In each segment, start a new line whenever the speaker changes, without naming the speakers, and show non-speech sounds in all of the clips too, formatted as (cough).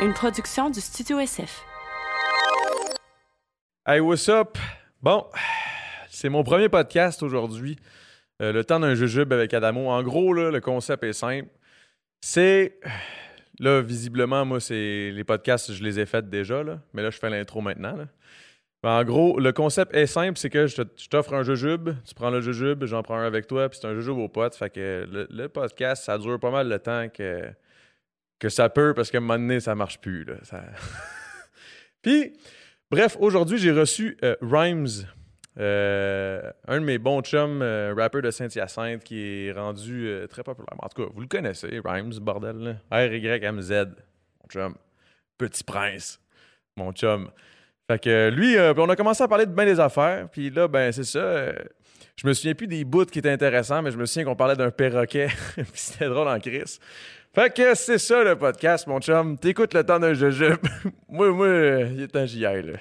une production du Studio SF.
Hey, what's up? Bon, c'est mon premier podcast aujourd'hui. Euh, le temps d'un jujube avec Adamo. En gros, là, le concept est simple. C'est. Là, visiblement, moi, c'est les podcasts, je les ai faits déjà, là. mais là, je fais l'intro maintenant. là. Ben, en gros, le concept est simple, c'est que je te- je t'offre un jujube, tu prends le jujube, j'en prends un avec toi, puis c'est un jujube aux potes. Fait que le, le podcast, ça dure pas mal le temps que, que ça peut, parce qu'à un moment donné, ça marche plus. Là. Ça- (laughs) puis, bref, aujourd'hui, j'ai reçu euh, Rhymes, euh, un de mes bons chums, euh, rappeur de Saint-Hyacinthe, qui est rendu euh, très populaire. En tout cas, vous le connaissez, Rhymes, bordel. Là. R-Y-M-Z, mon chum. Petit Prince, mon chum. Fait que euh, lui, euh, puis on a commencé à parler de bien des affaires. Puis là, ben, c'est ça. euh, je me souviens plus des bouts qui étaient intéressants, mais je me souviens qu'on parlait d'un perroquet. (laughs) puis c'était drôle en crise. Fait que c'est ça le podcast, mon chum. T'écoutes le temps d'un jujube. (laughs) moi, moi, euh, il est temps que j'y aille, là.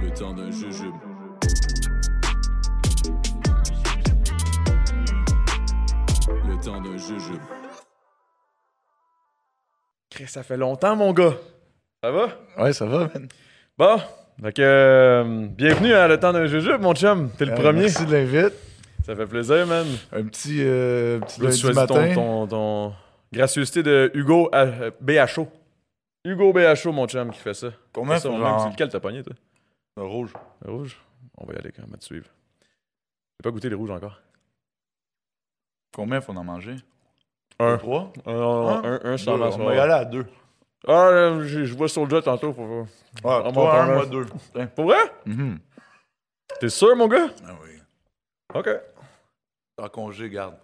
Le temps d'un jujube. Le temps d'un jujube.
Chris, ça fait longtemps, mon gars. Ça va?
Ouais, ça va, (laughs) man.
Bon. Fait que, euh, bienvenue à le temps d'un jujube, mon chum. T'es le
Euh,
premier.
Merci de l'invite.
Ça fait plaisir, man.
Un petit, euh, petit
Là, tu
lundi
choisis ton,
matin.
ton, ton- Gracieuseté de Hugo euh, BHO. Hugo BHO, mon chum, qui fait ça.
Combien
C'est ça,
faut
on aime.
genre-
C'est lequel t'as pogné, toi
Le rouge.
Le rouge On va y aller quand même, à te suivre. J'ai pas goûté les rouges encore.
Combien faut en manger?
Un.
Trois?
Un, un, un,
Un?
un je t'en
Deux.
lance,
On va
ouais.
y aller à deux.
Ah, là, je je vois sur le jeu tantôt. Pour,
Ouais,
va en
Ah, toi un,
prendre
moi
un.
deux. Tiens.
pour vrai
Mhm.
T'es sûr, mon gars
Ah oui.
Ok.
En congé, garde.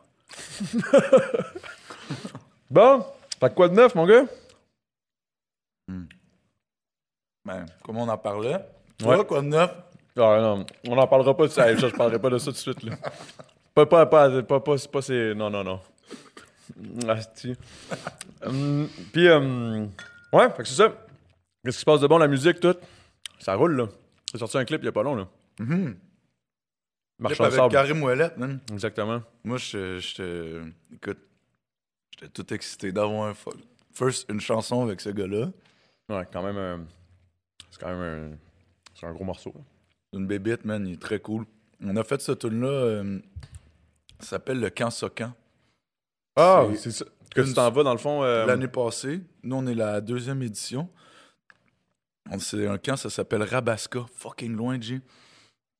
Bon. Fait que quoi de neuf, mon gars
Ben, comme on en parlait. Toi,
Ouais.
quoi de neuf?
Ah, non, on n'en parlera pas de ça. Hey, ça, je parlerai pas de ça tout de suite. Là. Pas, pas, pas, pas, pas, pas c'est. Non, non, non. Asti. Hum, Puis, hum, ouais, fait que c'est ça. Qu'est-ce qui se passe de bon, la musique, tout? Ça roule, là. J'ai sorti un clip il y a pas long, là.
Mhm.
Marche
Clip avec
ensemble.
Karim Ouellette, man.
Exactement.
Moi, je j'étais- Écoute, j'étais tout excité d'avoir un... fo- First, une chanson avec ce gars-là.
Ouais, quand même. euh, c'est quand même un. C'est un gros morceau. là.
Une bébite, man, il est très cool. On a fait ce tune-là, euh, ça s'appelle le Camp Socan.
C'est- c'est ça. Que
une-
tu t'en vas, dans le fond. euh,
L'année passée, nous, on est la deuxième édition. On- C'est un camp, ça s'appelle Rabaska, fucking loin, G.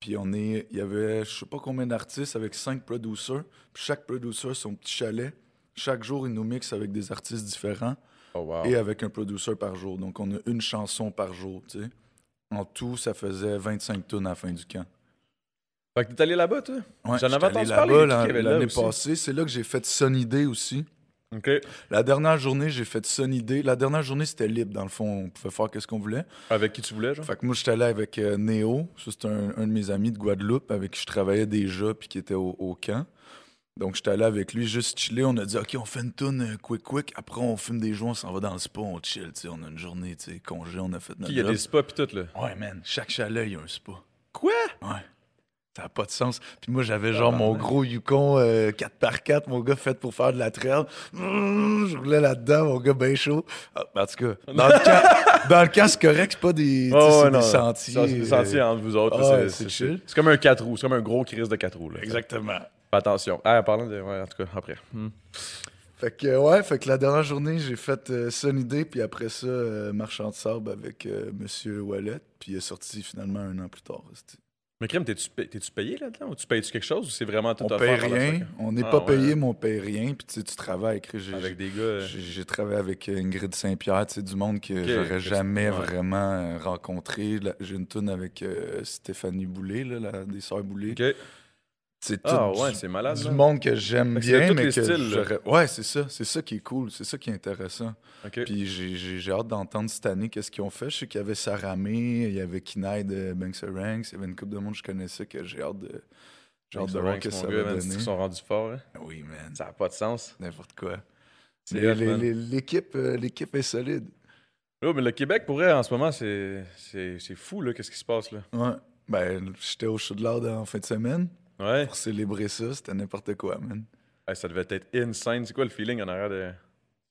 Puis on est, il y avait, je sais pas combien d'artistes avec cinq producers. Puis chaque producer, son petit chalet. Chaque jour, il nous mixe avec des artistes différents
Oh, wow.
et euh, avec un producer par jour. Donc, on a une chanson par jour, tu sais. En tout, ça faisait 25 tonnes à la fin du camp.
Fait que t'es allé là-bas, toi?
Ouais,
J'en avais
j'étais allé
entendu
là-bas
parler des trucs
l'an-
qu'il y avait là
l'année
aussi.
passée. C'est là que j'ai fait Sunny Day aussi.
Ok.
La dernière journée, j'ai fait Sunny Day. La dernière journée, c'était libre, dans le fond. On pouvait faire qu'est-ce qu'on voulait.
Avec qui tu voulais, genre?
Fait que moi, j'étais allé avec euh, Néo. Ça, c'est un, un de mes amis de Guadeloupe avec qui je travaillais déjà puis qui était au, au camp. Donc, j'étais allé avec lui juste chiller. On a dit, OK, on fait une toune euh, quick, quick. Après, on fume des joints, on s'en va dans le spa, on chill. tu sais. On a une journée, tu sais, congé, on a fait notre
Qui, il y a
job.
des spas pis tout, là.
Ouais, man. Chaque chalet, il y a un spa.
Quoi?
Ouais. Ça n'a pas de sens. Puis moi, j'avais genre mon gros Yukon euh, 4x4, mon gars fait pour faire de la trail. Mmh, je roulais là-dedans, mon gars, bien chaud. Ah, en tout cas, dans le (laughs) camp, dans le camp, c'est correct, c'est pas des, tu sais,
Ah ouais,
c'est
non,
des
non.
sentiers.
Ça, C'est des sentiers entre vous autres. là,
ah,
c'est-
c'est
c'est
chill.
C'est comme un 4 roues. C'est comme un gros crise de 4
hein.
roues. Là.
Exactement.
Fais attention. Ah, parlant de. Ouais, en tout cas, après. Hmm.
Fait que, euh, ouais, fait que la dernière journée, j'ai fait euh, Sunny Day, puis après ça, euh, Marchand de Sable avec euh, Monsieur Wallet, puis il est sorti finalement un an plus tard. c'était-
Mais Crime, t'es-tu pa- t'es-tu payé là-dedans? Ou tu payes-tu quelque chose? Ou c'est vraiment tout
On
offert
paye
par la
rien,
fac?
on n'est
Ah,
pas
ouais.
payé, mais on paye rien, puis tu sais, tu travailles. écrit, j'ai-
Avec des gars. euh,
J'ai j'ai travaillé avec euh, Ingrid Saint-Pierre, tu sais, du monde que j'aurais
que-
jamais
ouais.
vraiment euh, rencontré. La- J'ai une tune avec euh, Stéphanie Boulay, là, la- des sœurs Boulay.
Ok.
C'est tout
Ah
du-
ouais, c'est malade.
du
là.
monde que
Fait
j'aime
que c'est de
bien,
tous
mais
les
que
styles, là.
j'aurais- ouais, c'est ça, c'est ça qui est cool, c'est ça qui est intéressant.
Ok.
Puis j'ai- j'ai j'ai hâte d'entendre cette année qu'est-ce qu'ils ont fait. Je sais qu'il y avait Saramé, il y avait Kinaï de Banks Ranks, il y avait une coupe de monde que je connaissais que j'ai hâte de J'ai hâte
Ils
de
sont
voir
ranks,
qu'est-ce que
mon
ça
gars,
va
man, c'est qu'ils
donner. Ah
sont rendus forts. hein.
Oui, man.
Ça n'a pas de sens.
N'importe quoi.
C'est
Les-
hot,
les-
man.
les- L'équipe euh, l'équipe est solide.
Là, mais le Québec, pour vrai, en ce moment, c'est c'est- c'est fou, là, qu'est-ce qui se passe, là.
Ouais. Ben, j'étais au show de l'ordre en fin de semaine
Ouais.
pour célébrer ça. C'était n'importe quoi, man.
Hey, ça devait être insane. C'est quoi le feeling en arrière de.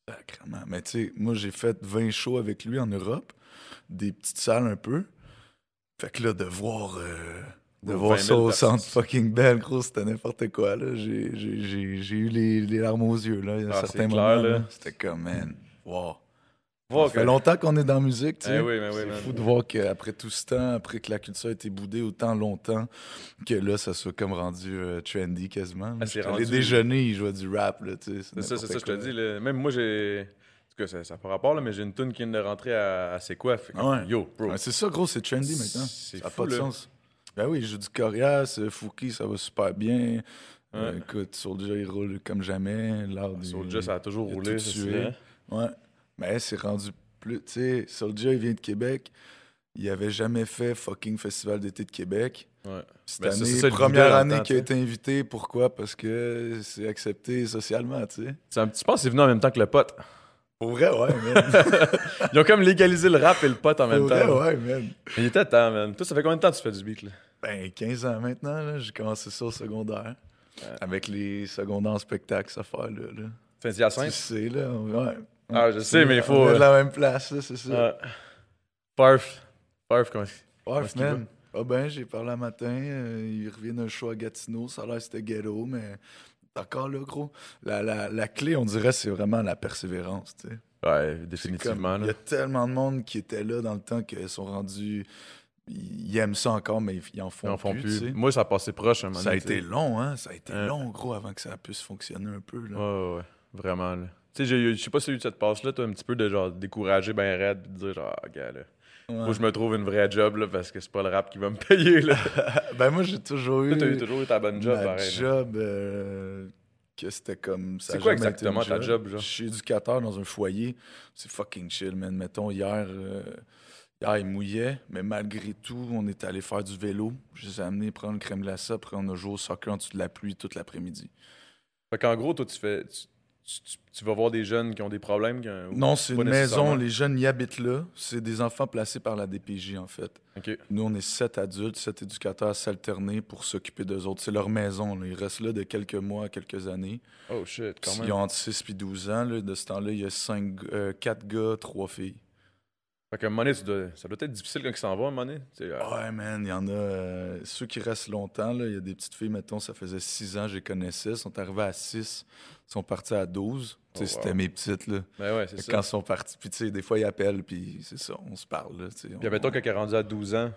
Sacrément. Mais tu sais, moi, j'ai fait 20 shows avec lui en Europe, des petites salles un peu. Fait que là, de voir, euh, de
Ou
voir
20 000
ça au
personnes.
centre fucking belle, gros, c'était n'importe quoi. là. J'ai- J'ai j'ai- j'ai eu les, les larmes aux yeux, là, il y a
Ah,
certains
c'est clair,
moments.
là.
là. C'était comme, man, wow.
Voir
ça fait
que-
longtemps qu'on est dans la musique, tu sais.
Eh oui, mais oui,
c'est
man.
fou de voir qu'après tout ce temps, après que la culture a été boudée autant longtemps, que là, ça soit comme rendu euh, trendy quasiment.
Ah, c'est
J'étais allé
rendu-
déjeuner, il jouait du rap, là, tu sais.
C'est ça, c'est ça,
n'importe
je te
quoi.
dis. là. Même moi, j'ai. En tout cas, ça n'a pas rapport, là, mais j'ai une tune qui vient de rentrer à, à C'est quoi? Fait que,
Ouais.
Yo, bro.
Ouais, c'est ça, gros, c'est trendy maintenant.
C'est
ça n'a
fou,
pas de
là.
sens. Ben oui, je joue du coriace, euh, Fouki, ça va super bien. Euh,
Ouais. Ah,
écoute, Soulja, il roule comme jamais. Loud, il-
Soulja, ça a toujours
il a
roulé.
tout
ça,
tué.
c'est vrai.
Ouais. Mais c'est rendu plus. Tu sais, Soulja, il vient de Québec. Il avait jamais fait fucking Festival d'été de Québec.
Ouais.
Cette
Ben, ça,
année,
c'est ça, le boudin
première
dans le
année
temps,
qu'il a
tu
été invité. Pourquoi? Parce que c'est accepté socialement, tu sais.
C'est un petit je pense que c'est venu en même temps que le pote.
Pour vrai, ouais,
(laughs)
man.
Ils ont comme légalisé le rap et le pote en même
Pour vrai,
temps.
ouais, man.
Mais Il était temps, man. Toi, ça fait combien de temps que tu fais du beat, là?
Ben, 15 ans maintenant, là, j'ai commencé ça au secondaire.
Ouais.
Avec les secondaires en spectacle, cette affaire-là. Là.
Fin de
Tu sais, là, on- ouais.
Ah, je sais, mais il faut,
On est
euh,
de la même place, là, c'est ça.
Ah. Parf. Parf, comment
Ouais,
est-ce qu'il
man. Ah ben, j'ai parlé un matin, euh, ils reviennent un show à Gatineau, ça a l'air que c'était ghetto, mais d'accord, là, gros. La, la, la clé, on dirait, c'est vraiment la persévérance, tu sais.
Ouais,
C'est
définitivement.
comme- Il y
là.
a tellement de monde qui était là dans le temps qu'ils sont rendus... Ils aiment ça encore, mais ils- ils en font,
Ils en font
plus,
plus.
tu sais.
Moi, ça passait proche un moment
Ça a
donné, tu sais.
été long, hein? Ça a été
Hein.
long, gros, avant que ça puisse fonctionner un peu. Là.
Ouais, ouais, ouais. Vraiment, là. Tu sais, j'ai eu- je sais pas si tu eu cette passe-là, toi, un petit peu de genre décourager ben raide, puis de dire genre, ah, gars, là,
Ouais.
faut que je me trouve une vraie job, là, parce que c'est pas le rap qui va me (laughs) payer,
(laughs)
là.
Ben moi, j'ai toujours eu,
Toi, t'as eu toujours eu ta bonne job,
ma
pareil. là.
job euh, que c'était comme... ça a
C'est quoi
jamais été
exactement
une
ta job, genre?
Je suis éducateur dans un foyer. C'est fucking chill, man. Mettons, hier, euh, hier, il mouillait, mais malgré tout, on est allé faire du vélo. Je les ai amenés prendre une crème glacée. Après, on a joué au soccer en dessous de la pluie toute l'après-midi.
Fait qu'en gros, toi, tu fais. Tu, tu- tu- tu vas voir des jeunes qui ont des problèmes. qui ont-
Non, c'est
pas
une
nécessairement.
maison. Les jeunes y habitent là. C'est des enfants placés par la DPJ, en fait.
Ok.
Nous, on est sept adultes, sept éducateurs à s'alterner pour s'occuper d'eux autres. C'est leur maison. là. Ils restent là de quelques mois à quelques années.
Oh shit, quand même.
Ils ont entre 6 et 12 ans. là. De ce temps-là, il y a cinq, euh, quatre gars, trois filles.
Fait qu'à un moment donné, tu dois- ça doit être difficile quand ils s'en vont, à un moment donné. Tu sais, euh,
Ouais, man, il y en a. euh, ceux qui restent longtemps, là, il y a des petites filles, mettons, ça faisait 6 ans, je les connaissais. sont arrivées à 6, sont parties à 12. Tu sais,
Oh, wow.
C'était mes petites, là.
ben ouais, c'est
Quand
ça.
ils sont partis, puis tu sais, des fois, ils appellent, puis c'est ça, on se parle, là. tu sais,
Puis
on-
mettons, quand ils sont rendus à 12 ans,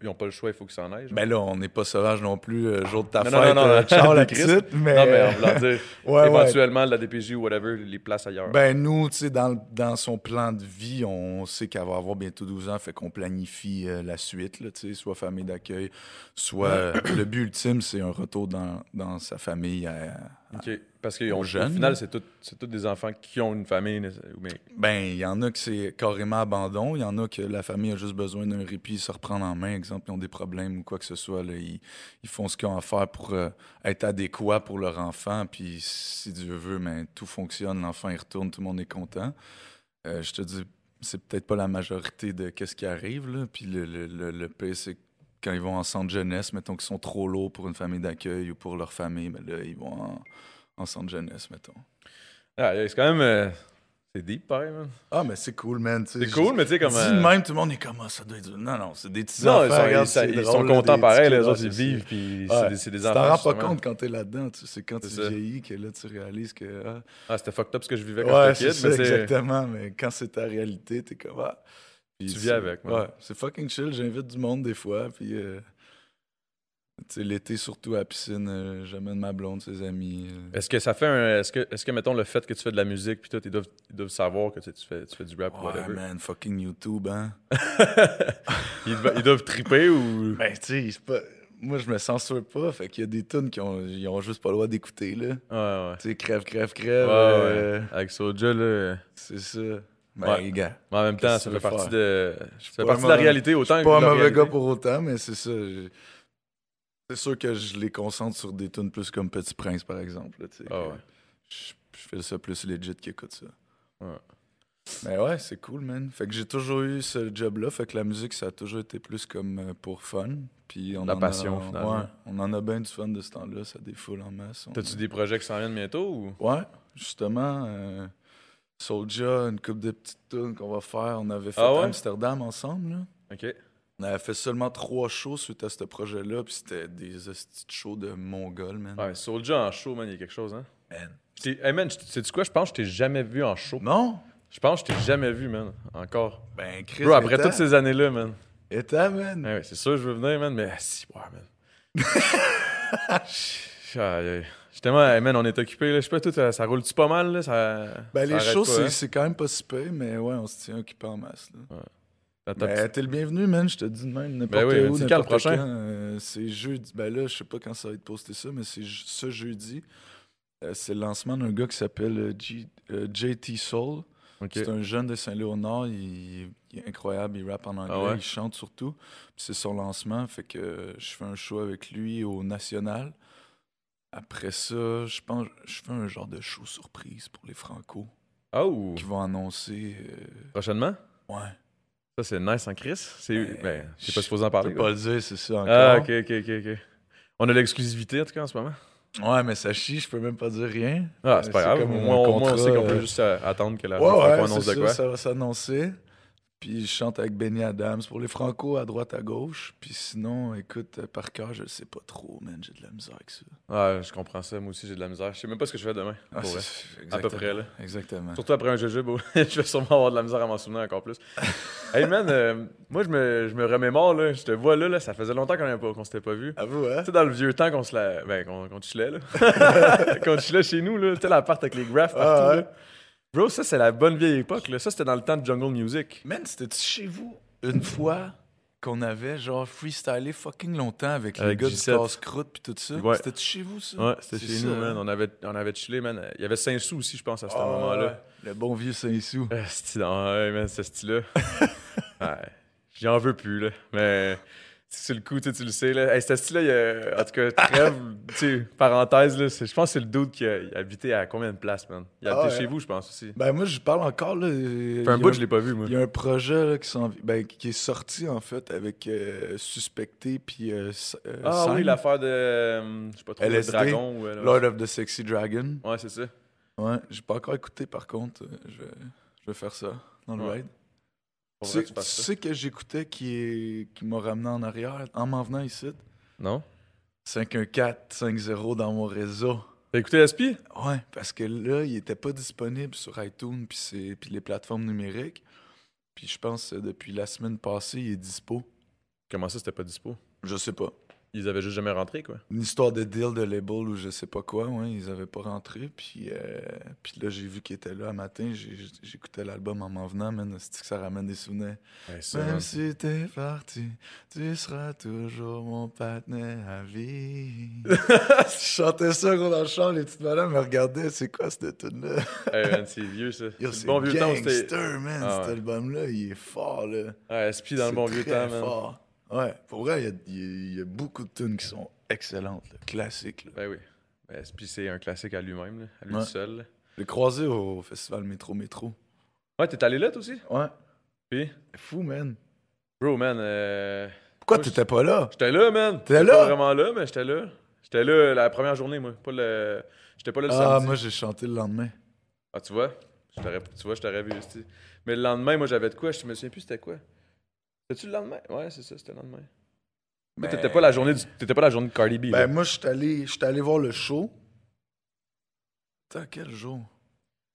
ils ont pas le choix, il faut qu'ils s'en aillent. genre.
Ben là, on n'est pas sauvage non plus, euh, jour de ta
Non, non,
fête,
non, non, (laughs)
euh, ciao la
Christ.
petite, mais...
Non, mais en voulant dire,
(laughs) Ouais, ouais.
éventuellement, la DPJ ou whatever, les place ailleurs.
Ben nous, tu sais, dans, dans son plan de vie, on sait qu'elle va avoir bientôt 12 ans, fait qu'on planifie euh, la suite, là, tu sais, soit famille d'accueil, soit... euh, le but ultime, c'est un retour dans, dans sa famille. à-
OK. Parce qu'au
Jeune.
final, c'est tout- c'est tous des enfants qui ont une famille. né- ou bien-
Ben, il y en a que c'est carrément abandon, il y en a que la famille a juste besoin d'un répit, se reprendre en main, exemple, ils ont des problèmes ou quoi que ce soit, là, ils, ils font ce qu'ils ont à faire pour euh, être adéquats pour leur enfant, puis si Dieu veut, ben, tout fonctionne, l'enfant il retourne, tout le monde est content. Euh, je te dis, c'est peut-être pas la majorité de qu'est-ce qui arrive, là, puis le, le, le, le pire, c'est que quand ils vont en centre jeunesse, mettons qu'ils sont trop lourds pour une famille d'accueil ou pour leur famille, ben là, ils vont en, en centre jeunesse, mettons.
Ah, c'est quand même... euh, c'est deep, pareil, man.
Ah, mais c'est cool, man. tu sais,
C'est
je-
cool, mais tu sais, comme...
Dis
euh,
de même, tout le monde est comme Ah, ça doit être. dur. Non, non, c'est des petits
non,
enfants.
ils sont,
regarde,
ils-
c'est
ils
drôle,
sont
là,
contents
des
pareil,
petits
les
kids,
autres,
ouais,
ils
c'est
vivent, puis
ça.
c'est
Ouais.
des, c'est des
Tu
enfants.
t'en rends pas
justement.
compte quand t'es là-dedans. tu sais, C'est quand tu
C'est ça.
vieillis que là, tu réalises que. ah,
Ah, c'était fucked up ce que je vivais quand
Ouais,
j'étais
c'est
kid,
ça,
mais c'est...
exactement. Mais quand c'est ta réalité, t'es comme. Ah. Puis
Tu vis
c'est-
avec, ouais.
Ouais, c'est fucking chill. J'invite du monde des fois. Puis. euh, tu sais, l'été, surtout à la piscine, euh, j'amène ma blonde, ses amis. euh.
Est-ce que ça fait un... Est-ce que, est que, mettons, le fait que tu fais de la musique, puis toi, ils doivent, ils doivent savoir que tu, sais, tu fais, tu fais du rap ou
Ouais,
whatever?
man, fucking YouTube, hein.
ils, doivent- ils doivent triper
(laughs)
ou...
Ben, tu sais, c'est pas- moi, je me censure pas. Fait qu'il y a des tunes qui ont, ils ont juste pas le droit d'écouter, là.
Ouais, ouais.
Tu sais, crève, crève, crève.
Ouais,
euh,
Avec Soulja, là...
C'est ça. Ben,
Ouais.
gars.
Mais en même temps,
Qu'est-ce
ça
que
fait
tu veux
partie
faire?
de, ça
pas
fait
un
partie de la
mauvais-
réalité autant que
Pas un
de la
mauvais
réalité.
gars pour autant, mais c'est ça. je- C'est sûr que je les concentre sur des tunes plus comme Petit Prince, par exemple. là, tu sais,
Ah
que
ouais.
Je je fais ça plus legit qu'écoute ça.
Ouais.
Mais ouais, c'est cool, man. Fait que j'ai toujours eu ce job-là. Fait que la musique, ça a toujours été plus comme euh, pour fun. Puis on
La
en a-
passion, finalement.
ouais, on en a bien du fun de ce temps-là. Ça défoule en masse. On
T'as-tu
a-
des projets qui s'en viennent bientôt ou?
Ouais, justement. Euh, Soulja, une coupe de petites tunes qu'on va faire. On avait fait
Ah ouais?
Amsterdam ensemble, là.
Ok.
On avait fait seulement trois shows suite à ce projet-là, puis c'était des hosties de shows de Mongol, man.
Ouais, Soulja en show, man, il y a quelque chose, hein.
Man.
Puis t'es- Hey man, sais-tu quoi? Je pense que je t'ai jamais vu en show.
Non?
Je pense que je t'ai jamais vu, man. Encore.
Ben, Chris.
Bro, après
étant-
toutes ces années-là, man.
étant, man.
Ouais, ouais, c'est sûr, je veux venir, man, mais ah, si, ouais,
(laughs)
man. Chut, aïe, aïe. Justement, hey, eh, man, on est occupé, là. Je sais pas, tout, ça, ça roule-tu pas mal, là? Ça,
Ben,
ça
les
arrête
shows,
pas,
c'est-
hein?
c'est quand même pas si pire, mais ouais, on se tient occupé en masse, là.
Dans ta
Ben,
petite-
t'es le bienvenu, man, je te dis de même, n'importe
Ben oui,
où,
man, c'est quand le
n'importe
prochain?
quand, euh, c'est jeudi. Ben là, je sais pas quand ça va être posté ça, mais c'est ju- ce jeudi. Euh, c'est le lancement d'un gars qui s'appelle euh, G- euh, JT Soul.
Ok.
C'est un jeune de Saint-Léonard, il, il est incroyable, il rappe en anglais,
Ah ouais?
il chante surtout. Puis c'est son lancement, fait que je fais un show avec lui au National. Après ça, je pense je fais un genre de show surprise pour les Franco
Oh!
qui vont annoncer. euh,
Prochainement?
ouais.
Ça, c'est nice en Chris. C'est...
Ben,
Ben, t'es pas
je-
supposé en
Je
parler.
peux
quoi.
pas le dire, c'est ça encore.
Ah, ok, ok, ok, ok. On a l'exclusivité, en tout cas, en ce moment.
Ouais, mais ça chie, je peux même pas dire rien.
Ah, c'est
Euh,
pas
c'est
grave. Au
comme un
moins, au moins, on
contrat,
sait qu'on peut
euh,
juste euh, attendre que la
Ouais,
Franco
ouais,
annonce
c'est
de
ça,
quoi.
ça va s'annoncer. Puis je chante avec Benny Adams pour les Franco à droite à gauche. Puis sinon, écoute, euh, par cœur, je le sais pas trop, man, j'ai de la misère avec ça.
Ouais, je comprends ça. Moi aussi, j'ai de la misère. Je sais même pas ce que je fais demain.
Ah,
pour vrai.
c'est-
à peu près, là.
Exactement.
Surtout après un jujube, (laughs) je vais sûrement avoir de la misère à m'en souvenir encore plus. hey man, euh, moi je me, je me remémore, là, je te vois là, là ça faisait longtemps qu'on avait pas- qu'on s'était pas vu.
À vous, hein?
Tu sais, dans le vieux temps qu'on se la. Ben, qu'on qu'on chillait, là. (laughs) qu'on chillait chez nous, là. Tu sais, l'appart avec les graphs partout,
Ah, ouais.
là. Bro, ça, c'est la bonne vieille époque, là. Ça, c'était dans le temps de Jungle Music.
Man, c'était chez vous une fois qu'on avait genre freestylé fucking longtemps avec les
Avec
gars
G7.
du casse-croûte puis tout ça?
Ouais.
C'était chez vous, ça?
Ouais, c'était
C'est
chez nous,
ça,
man.
hein?
On avait, on avait chillé, man. Il y avait Saint-Sou aussi, je pense, à ce
Ah, ouais,
moment-là.
Le bon vieux Saint-Sou.
Euh, style- ah, ouais, man, ce style-là.
(laughs)
ouais. J'en veux plus, là. Mais c'est le coup, tu sais, tu le sais, là. Hey, ce style-là, il y a- en tout cas, trêve, tu sais, parenthèse, là. c'est- Je pense que c'est le dude qui a, il a habité à combien de places, man? Il a
Ah,
habité
ouais.
chez vous, je pense aussi.
Ben, moi, je parle encore, là.
Fait un
Il y
bout,
a-
je l'ai pas vu, moi.
Il y a un projet là, qui, s'en- ben, qui est sorti en fait avec euh, Suspecté puis euh, S- euh,
Ah
Sign,
oui, l'affaire de. euh, je sais pas trop, le
LSD,
dragon ou. euh,
Lord of the Sexy Dragon.
Ouais, c'est ça.
Ouais, j'ai pas encore écouté par contre. Euh, Je vais, je vais faire ça dans le
Ouais.
ride. Tu
Faudrait
sais,
que tu fasses
tu
ça.
sais que j'écoutais qui, est- qui m'a ramené en arrière en m'en venant ici.
Non?
514-50 dans mon réseau.
T'as écouté SP?
Ouais, parce que là, il était pas disponible sur iTunes puis c'est- puis les plateformes numériques. Puis je pense que depuis la semaine passée, il est dispo.
Comment ça, c'était pas dispo?
Je sais pas.
Ils avaient juste jamais rentré, quoi.
une histoire de deal de label ou je sais pas quoi, ouais, ils avaient pas rentré, puis, euh, puis là, j'ai vu qu'ils étaient là un matin, j'ai- j'écoutais l'album en m'en venant, man, c'est que ça ramène des souvenirs.
Ouais, ça,
Même
man.
si t'es parti, tu seras toujours mon partenaire à
(laughs)
vie. je chantais ça gros dans le char, les petites madames me regardaient, c'est quoi cette tune-là?
Hey, man, c'est vieux, ça.
Yo,
C'est
C'est
le bon vieux temps, c'était.
gangster, man,
Ah,
cet
ouais.
album-là, il est fort, là.
Ouais, SP dans le
C'est
bon vieux
très
temps, man.
fort. Ouais, pour vrai, il y a- il y, a- il y a beaucoup de tunes qui sont excellentes, là, classiques, là.
Ben oui. Ben, puis c'est un classique à lui-même, là, à lui
Ouais.
tout seul. là.
Je l'ai croisé au festival Métro Métro.
Ouais, t'es allé là, toi aussi?
Ouais.
Puis?
Fou, man.
Bro, man, euh,
Pourquoi
Moi,
t'étais pas là?
j'étais là, man.
T'étais
J'étais
là?
Pas vraiment là, mais j'étais là. J'étais là la première journée, moi. Pas le... J'étais pas là le
Ah,
samedi.
moi j'ai chanté le lendemain.
Ah, tu vois? Je t'aurais- tu vois, je t'aurais vu aussi. Mais le lendemain, moi, j'avais de quoi? Je me souviens plus c'était quoi. C'était-tu le lendemain? Ouais, c'est ça, c'était le lendemain.
Mais
Toi, T'étais pas la journée du... T'étais pas la journée de Cardi B, là.
Ben, moi j'étais allé, j'étais allé voir le show. Attends, quel jour?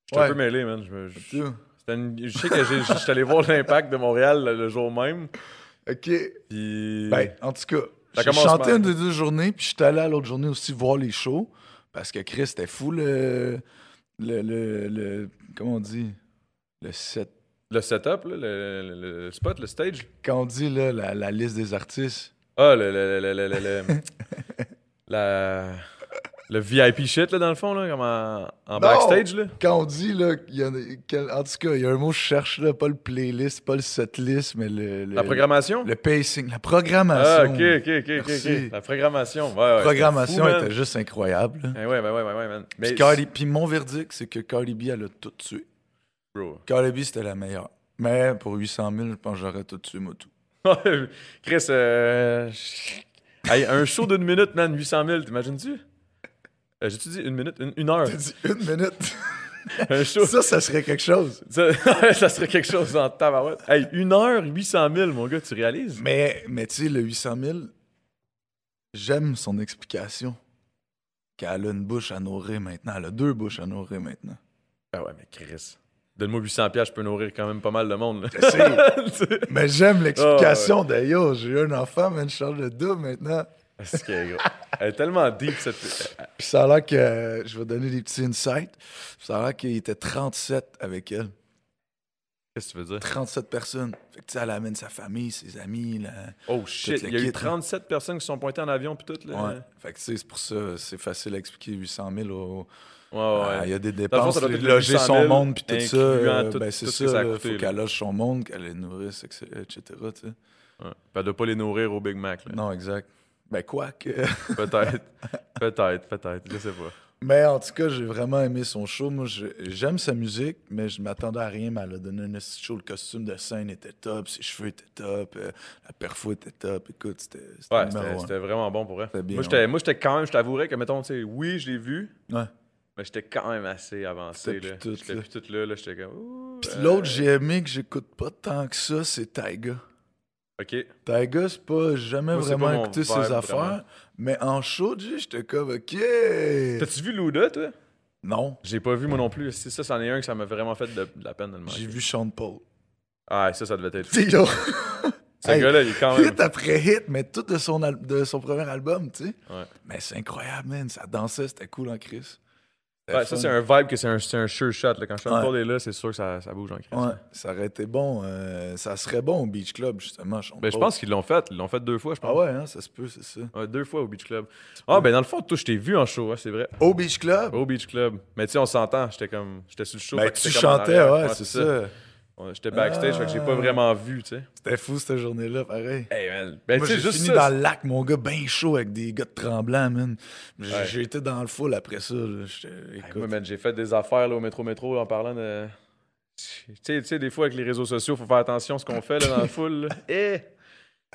J'étais un
ouais.
peu mêlé, man. Je, me- je-
Tu-
c'était une- je sais que j'ai- j'étais allé voir l'impact de Montréal le, le jour même.
Ok.
Puis...
Ben, en tout cas,
Ça
j'ai
commence
chanté
mal.
une des deux journées, puis j'étais allé à l'autre journée aussi voir les shows. Parce que Chris, c'était fou le. Le, le, le- Comment on dit? Le set.
Le setup, là, le- le- le spot, le stage.
Quand on dit là, la, la liste des artistes.
Ah, le. le, le, le, le- le- le- la. Le VIP shit, là, dans le fond, là, comme en, en backstage, là.
Quand on dit, là, il y en, a, quel- en tout cas, il y a un mot que je cherche, là, pas le playlist, pas le setlist, mais le, le-
La programmation?
le pacing, la programmation.
Ah, ok, ok, ok, ok,
Merci.
ok. La programmation. Ouais, ouais,
La programmation
c'était fou,
était
man.
juste incroyable. là.
Eh ouais, ben ouais, ouais, ouais, man. Mais
Puis, Cardi- puis mon verdict, c'est que Cardi B, elle a tout tué.
bro. (laughs)
Cardi B, c'était la meilleure. Mais pour 800 000, je pense que j'aurais tout tué, moi, tout.
Chris, euh... hey, un show d'une minute, man, 800 000, t'imagines-tu? Euh, J'ai-tu dit une minute? Une, une
(laughs)
heure.
T'as dit
(laughs)
une minute.
Un show.
ça, ça serait quelque chose.
Ça, ça (laughs) serait quelque chose en tabarouette. Hey, une heure, 800 000, mon gars, tu réalises?
Mais, mais tu sais, le 800 000, j'aime son explication. Qu'elle a une bouche à nourrir maintenant. Elle a deux bouches à nourrir maintenant.
Ah ouais, mais Chris, donne-moi 800 pièces, je peux nourrir quand même pas mal de monde. là.
Je sais.
Tu (laughs) sais,
Mais j'aime l'explication
Ah,
d'ailleurs. J'ai eu un enfant, mais je change de double maintenant.
C'est qu'elle est gros. Elle est tellement deep, cette...
Puis ça a l'air que. euh, je vais donner des petits insights. Ça a l'air qu'il était 37 avec elle.
Qu'est-ce que tu veux dire?
37 personnes. Fait que, tu sais, elle amène sa famille, ses amis. Là.
Oh shit,
le
il y a
kit,
eu
là.
37 personnes qui se sont pointées en avion, puis tout, là.
Ouais. Fait que, tu sais, c'est pour ça, c'est facile à expliquer 800 000 au-
Ouais, ouais.
Ah, Il y a des
Dans le fond,
dépenses,
ça doit
les-
être le
loger
800
son
000,
monde, puis tout ça. euh,
incluant tout-
ben, c'est
tout ce que
ça,
ça a
là,
coûté,
faut
là.
qu'elle loge son monde, qu'elle les nourrisse, etc. etc., tu sais.
Ouais. Puis elle doit pas les nourrir au Big Mac, là.
Non, exact. Ben, quoi que.
Peut-être. peut-être, peut-être. Je sais pas.
Mais en tout cas, j'ai vraiment aimé son show. Moi, je- j'aime sa musique, mais je m'attendais à rien. Mais elle a donné un esti de show. Le costume de scène était top, ses cheveux étaient top, euh, la perfo était top. Écoute, c'était c'était
Ouais,
numéro
c'était
un.
c'était vraiment bon pour elle.
C'était bien,
moi, j'étais moi, j'étais quand même, je t'avouerais que, mettons, tu sais, oui, je l'ai vu,
Ouais.
mais j'étais quand même assez avancé,
T'étais
là.
plus tout,
J'étais
là.
plus tout là, là, j'étais comme... ouh,
Puis
euh,
l'autre, j'ai aimé que j'écoute pas tant que ça, c'est Taiga.
euh, OK.
Taiga, c'est pas j'ai jamais
Moi, c'est
vraiment
pas mon
écouté ses
vibe,
affaires,
vraiment.
mais en show, G, j'étais comme OK.
T'as-tu vu Luda, toi?
Non,
J'ai pas vu, moi non plus. C'est ça, c'en est un que ça m'a vraiment fait de, de la peine de le manquer.
j'ai vu Sean Paul. (laughs)
Ah, ça, ça devait être... fou.
Tu sais, genre,
Ce
Hey,
gars-là, il est
(laughs)
quand même...
hit après hit, mais tout de son, al- de son premier album, tu sais.
Ouais.
Mais c'est incroyable, man. Ça dansait, c'était cool en Chris. C'était
Ouais, ça,
fun.
c'est un vibe que c'est un, c'est un sure shot. Là. Quand Sean
Ouais.
Paul est là, c'est sûr que ça, ça bouge en crise.
Ouais, ça aurait été bon. euh, ça serait bon au Beach Club, justement. Sean
Ben, je
Paul.
pense qu'ils l'ont fait. Ils l'ont fait deux fois, je pense.
Oh. Ah ouais, hein, ça se peut, c'est ça.
Ouais, deux fois au Beach Club. Ah, ben dans le fond, toi, je t'ai vu en show, ouais, c'est vrai.
Au Beach Club?
Au Beach Club. Mais tu sais, on s'entend. J'étais comme. J'étais sur le show.
ben,
fait que
tu
j'étais comme en
chantais,
arrière.
ouais, c'est ça. Ah.
Ouais, J'étais backstage, fait que j'ai pas vraiment vu, tu sais.
C'était fou, cette journée-là, pareil.
Hey, man. Ben,
Moi,
tu sais,
j'ai
juste
fini
ça.
dans le lac, mon gars, ben chaud avec des gars de tremblant, man. J'ai
Ouais.
j'ai été dans le full après ça. là. J'étais-
Hey,
écoute,
Ben, moi, man, j'ai fait des affaires là, au métro-métro en parlant de. Tu sais, tu sais, des fois, avec les réseaux sociaux, faut faire attention à ce qu'on fait là, dans la foule. là. (laughs) Eh!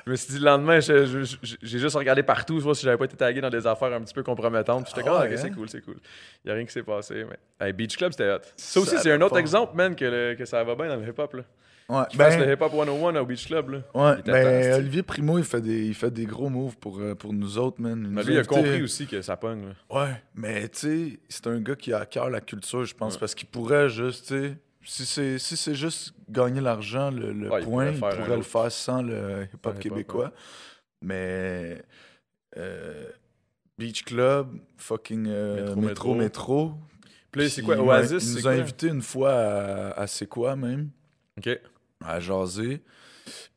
Je me suis dit le lendemain, je- je- je- j'ai juste regardé partout, je vois si j'avais pas été tagué dans des affaires un petit peu compromettantes. Puis J'étais
Ah
comme, ah,
ouais,
ok, c'est
hein?
cool, c'est cool. Il a rien qui s'est passé. Mais... Hey, Beach Club, c'était hot. Ça aussi,
Ça
c'est un
va
autre
pas.
exemple, man, que, le- que ça va bien dans le hip-hop. là.
ouais,
Je
ben,
pense le hip-hop 101 au Beach Club. Là.
ouais,
il était
ben,
fantastique.
Olivier Primo, il fait des, il fait des gros moves pour, euh, pour nous autres, man.
Mais
nous
Ben, lui, il euh, a
invité-
compris aussi que ça pogne. là.
Ouais, mais tu sais, c'est un gars qui a à cœur la culture, je pense, parce qu'il pourrait juste, tu sais, si c'est si c'est juste gagner l'argent, le, le
Ouais, il
point,
pourrait
il
faire
pourrait,
un
le
autre.
faire sans le hip-hop
hip-hop,
québécois. Mais euh, Beach Club, fucking euh,
Métro,
métro, métro,
Puis là, c'est
puis
quoi
il m'a-
Oasis
Il
c'est
nous a
quoi?
invités une fois à, à C'est quoi même,
Ok.
à jaser.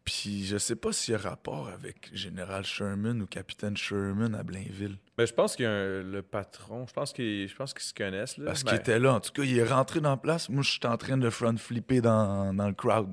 Puis je sais pas s'il y a rapport avec Général Sherman ou Capitaine Sherman à Blainville.
Mais Ben, je pense qu'il y a un- le patron, je pense qu'ils je pense qu'ils se connaissent. Là.
Parce
Ben,
qu'il était là. En tout cas, il est rentré dans la place. Moi, je suis en train de front flipper dans, dans le crowd.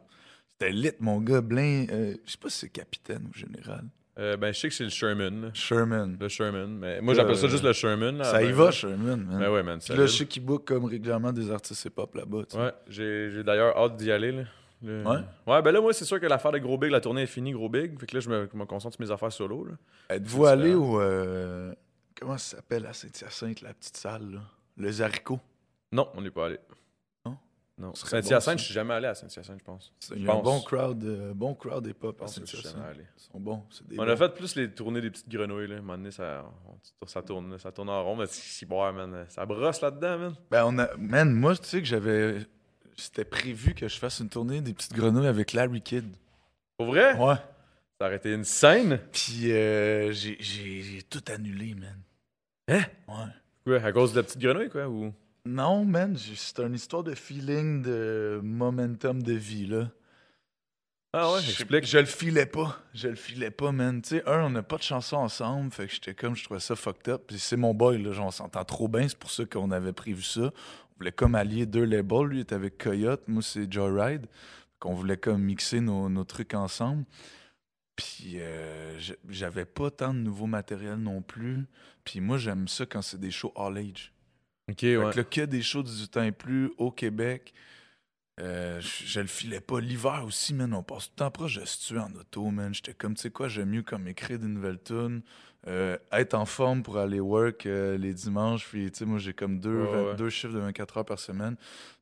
C'était lit, mon gars. Blin, euh, je sais pas si c'est capitaine ou général.
euh, ben, je sais que c'est le Sherman. là.
Sherman.
Le Sherman. Mais moi, j'appelle ça
Euh,
juste le Sherman. là,
ça y
ben,
va,
là.
Sherman, man.
Ben ouais, man.
Puis
ça
là,
va.
je sais qu'il book comme régulièrement des artistes hip-hop là-bas. tu sais.
Ouais, j'ai j'ai d'ailleurs hâte d'y aller. Là. Le-
Ouais?
Ouais, ben là, moi, c'est sûr que l'affaire de Gros Big, la tournée est finie, Gros Big. Fait que là, je me, je me concentre sur mes affaires solo. Là.
Êtes-vous
C'est
allé
différent.
au. euh, comment ça s'appelle à Saint-Hyacinthe, la petite salle, là Le Zarico.
Non, on n'est pas allé.
Non?
Non.
Ce serait bon,
Saint-Hyacinthe,
ça.
je suis jamais allé à Saint-Hyacinthe, je pense.
Il y a un
pense.
bon crowd, euh, bon crowd
Je
hip-hop à
pense que je suis jamais
Saint-Hyacinthe.
allé.
Ils sont bons. c'est des
On
bons.
a fait plus les tournées des petites grenouilles. Là. À un moment donné, ça, on- ça tourne, là, ça tourne en rond. Mais si, boire, man. Ça brosse là-dedans, man.
Ben, on a... Man, moi, tu sais que j'avais... C'était prévu que je fasse une tournée des petites grenouilles avec Larry Kidd.
Pour vrai?
Ouais.
Ça aurait été une scène.
Puis euh, j'ai- j'ai j'ai tout annulé, man.
Hein?
Ouais.
Quoi, à cause de la petite grenouille, quoi? Ou...
Non, man, j'ai- c'est une histoire de feeling, de momentum de vie, là.
Ah ouais,
Je-
explique.
Je le filais pas. Je le filais pas, man. Tu sais, un, on n'a pas de chanson ensemble. Fait que j'étais comme, je trouvais ça fucked up. Puis c'est mon boy, là. genre, on s'entend trop bien. C'est pour ça qu'on avait prévu ça. On voulait comme allier deux labels. Lui est avec Coyote. Moi, c'est Joyride. Qu'on voulait comme mixer nos, nos trucs ensemble. Puis euh, je- j'avais pas tant de nouveau matériel non plus. Puis moi, j'aime ça quand c'est des shows all age.
Ok,
Fait
ouais.
que là, que des shows du temps et plus au Québec. Euh, je, je le filais pas. L'hiver aussi, man, on passe tout le temps proche de se tuer en auto, man. J'étais comme, tu sais quoi, j'aime mieux comme écrire des nouvelles tunes, euh, être en forme pour aller work euh, les dimanches. Puis, tu sais, moi, j'ai comme deux,
Ouais, ouais.
vingt- deux chiffres de 24 heures par semaine.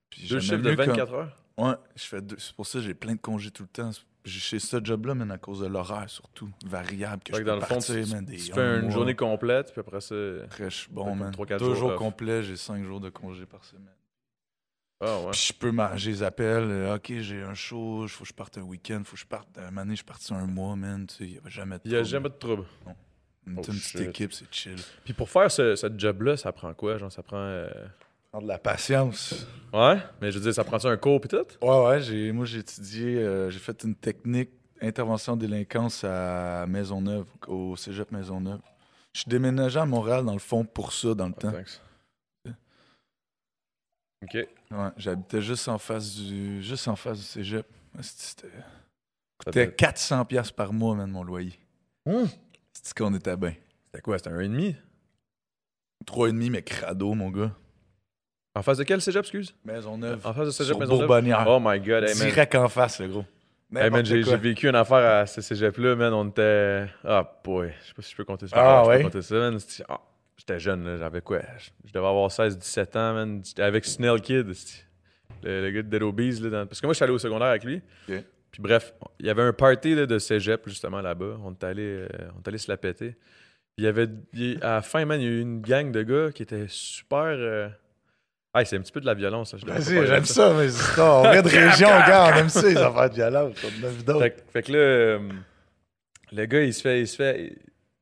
Puis
Deux chiffres
j'aimais
de
mieux comme-
24 heures.
Ouais, je fais deux. C'est pour ça que j'ai plein de congés tout le temps. J'ai chez ce job-là, man, à cause de l'horaire, surtout, variable, que
Fait
je
que dans
peux
le fond, tu,
partir,
tu-
man, des
tu
un
fais une
mois.
journée complète, puis après ça.
Après, je suis
Fait
bon,
comme
man.
trois, quatre
Deux
jours
jours
off.
complets, j'ai cinq jours de congés par semaine.
Ah ouais.
Puis je peux, mar- je les appelle, euh, OK, j'ai un show, faut que je parte un week-end, faut que je parte. À un moment donné, je suis parti un mois, man, tu sais, il n'y avait jamais de
Il n'y a
trouble.
jamais de trouble.
On était
Oh,
une
shit.
petite équipe, c'est chill.
Puis pour faire ce, ce job-là, ça prend quoi? Genre, ça prend. euh,
Prendre de la patience.
Ouais, mais je veux dire, ça prend-tu un cours, pis tout?
Ouais, ouais, j'ai, moi, j'ai étudié, euh, j'ai fait une technique intervention en délinquance à Maisonneuve, au cégep Maisonneuve. Je suis déménagé à Montréal, dans le fond, pour ça, dans le temps.
Thanks. Ok.
Ouais, j'habitais juste en face du, juste en face du cégep.
Ça
C'était, c'était
te-
400$ piastres par mois, man, mon loyer.
Hum!
C'est qu'on était bien.
C'était quoi? C'était un et demi?
Trois et demi, mais crado, mon gars.
En face de quel cégep, excuse?
Maisonneuve.
En face de cégep
Sur
Maisonneuve?
Bourbonnière.
Oh my god, Ah, hey man.
Direct en face, le gros.
Hey man,
N'importe
j'ai
quoi.
j'ai vécu une affaire à ce cégep-là, man. On était. Ah, boy. Je sais pas si je peux compter ça.
Ah,
Je peux
ouais?
compter ça, man. C'est- ah, J'étais jeune, là. J'avais quoi? Je- Je devais avoir 16-17 ans, man. J'étais avec Snell Kid, c'est- le, le gars de Dead Obies, là. dans- Parce que moi, je suis allé au secondaire avec lui.
Ok.
Puis bref, il y avait un party là, de cégep, justement, là-bas. On est allé, euh, on est allé se la péter. Il y avait. il- à la fin, man, il y a eu une gang de gars qui était super. euh, Ah, c'est un petit peu de la violence. là. Je devrais pas
Vas-y,
parler de
j'aime ça, mes histoires. On vient de région, gars, on aime ça, les affaires de violence. Comme neuf
Fait,
d'autres.
que- fait que là, euh, le gars, il se fait, il se fait,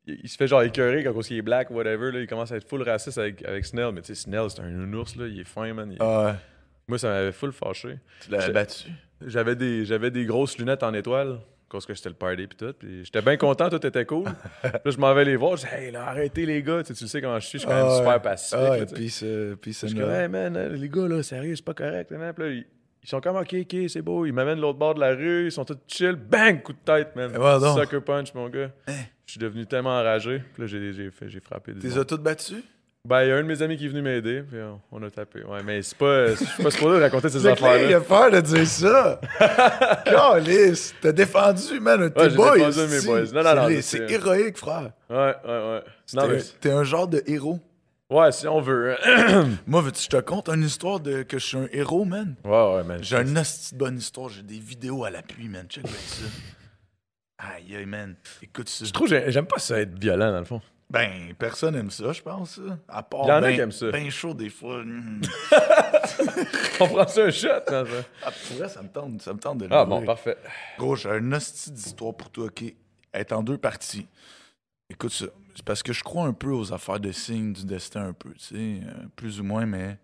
il, il se fait genre écœurer quand il est black, whatever. Là, il commence à être full raciste avec, avec Snell. Mais tu sais, Snell, c'est un nounours, là. Il est fin, man. Il-
Ah,
Moi, ça m'avait full fâché.
tu l'as
C'est-
battu.
J'avais des, j'avais des grosses lunettes en étoile. Parce que j'étais le party pis tout. Puis j'étais bien content, tout était
(laughs)
cool. Puis là, je m'en vais les voir. Je dis, hey, là, arrêtez les gars. Tu sais, tu le sais comment je suis, je suis quand même
Ah, ouais.
super pacifique.
Ah,
là,
et
tu sais.
puis c'est. Puis c'est.
Je suis comme, hey man, hein, les gars, là, sérieux, c'est pas correct. man. Puis là, ils, ils sont comme, ok, ok, c'est beau. Ils m'amènent de l'autre bord de la rue, ils sont tous chill. Bang, coup de tête, man.
Eh ben donc. Eh.
Sucker punch, mon gars. Je suis devenu tellement enragé. Puis là, j'ai, j'ai, fait- j'ai frappé. des
T'es toutes battu?
Ben, il y a un de mes amis qui est venu m'aider, puis on, on a tapé. Ouais, mais c'est pas, je suis
(laughs)
pas supposé raconter ces
C'est clair, il
affaires-là.
a peur de
(laughs)
dire ça. Calice, t'as défendu, man, un de
Ouais,
tes
j'ai
boys.
défendu un de mes
si.
boys. Non, non, non,
C'est-
mais
C'est
c'est-
héroïque, frère.
Ouais, ouais, ouais. Non,
T'es-
mais,
T'es un genre de héros.
ouais, si on veut. hein.
Moi, veux-tu que je te conte une histoire de que je suis un héros, man?
(clears throat) ouais, ouais, man.
J'ai une hostie de bonne histoire, j'ai des vidéos à l'appui, man. Check bien ça. Aïe, aïe, man. Écoute ça.
Je trouve, que j'ai- j'aime pas ça être violent, dans le fond. (laughs)
Ben, personne aime ça, je pense. ça. À part.
Y en a
ben-
qui aiment ça.
Ben chaud, des fois. (laughs) Hmm.
On prend ça un shot, dans ça.
Ah, pour vrai, ça me tente, ça me tente de
Ah,
l'ouvrir.
bon, parfait.
Gros, j'ai un hostie d'histoire pour toi, OK? Elle est en deux parties. Écoute ça. C'est parce que je crois un peu aux affaires de signes du destin, un peu, tu sais. euh, plus ou moins, mais.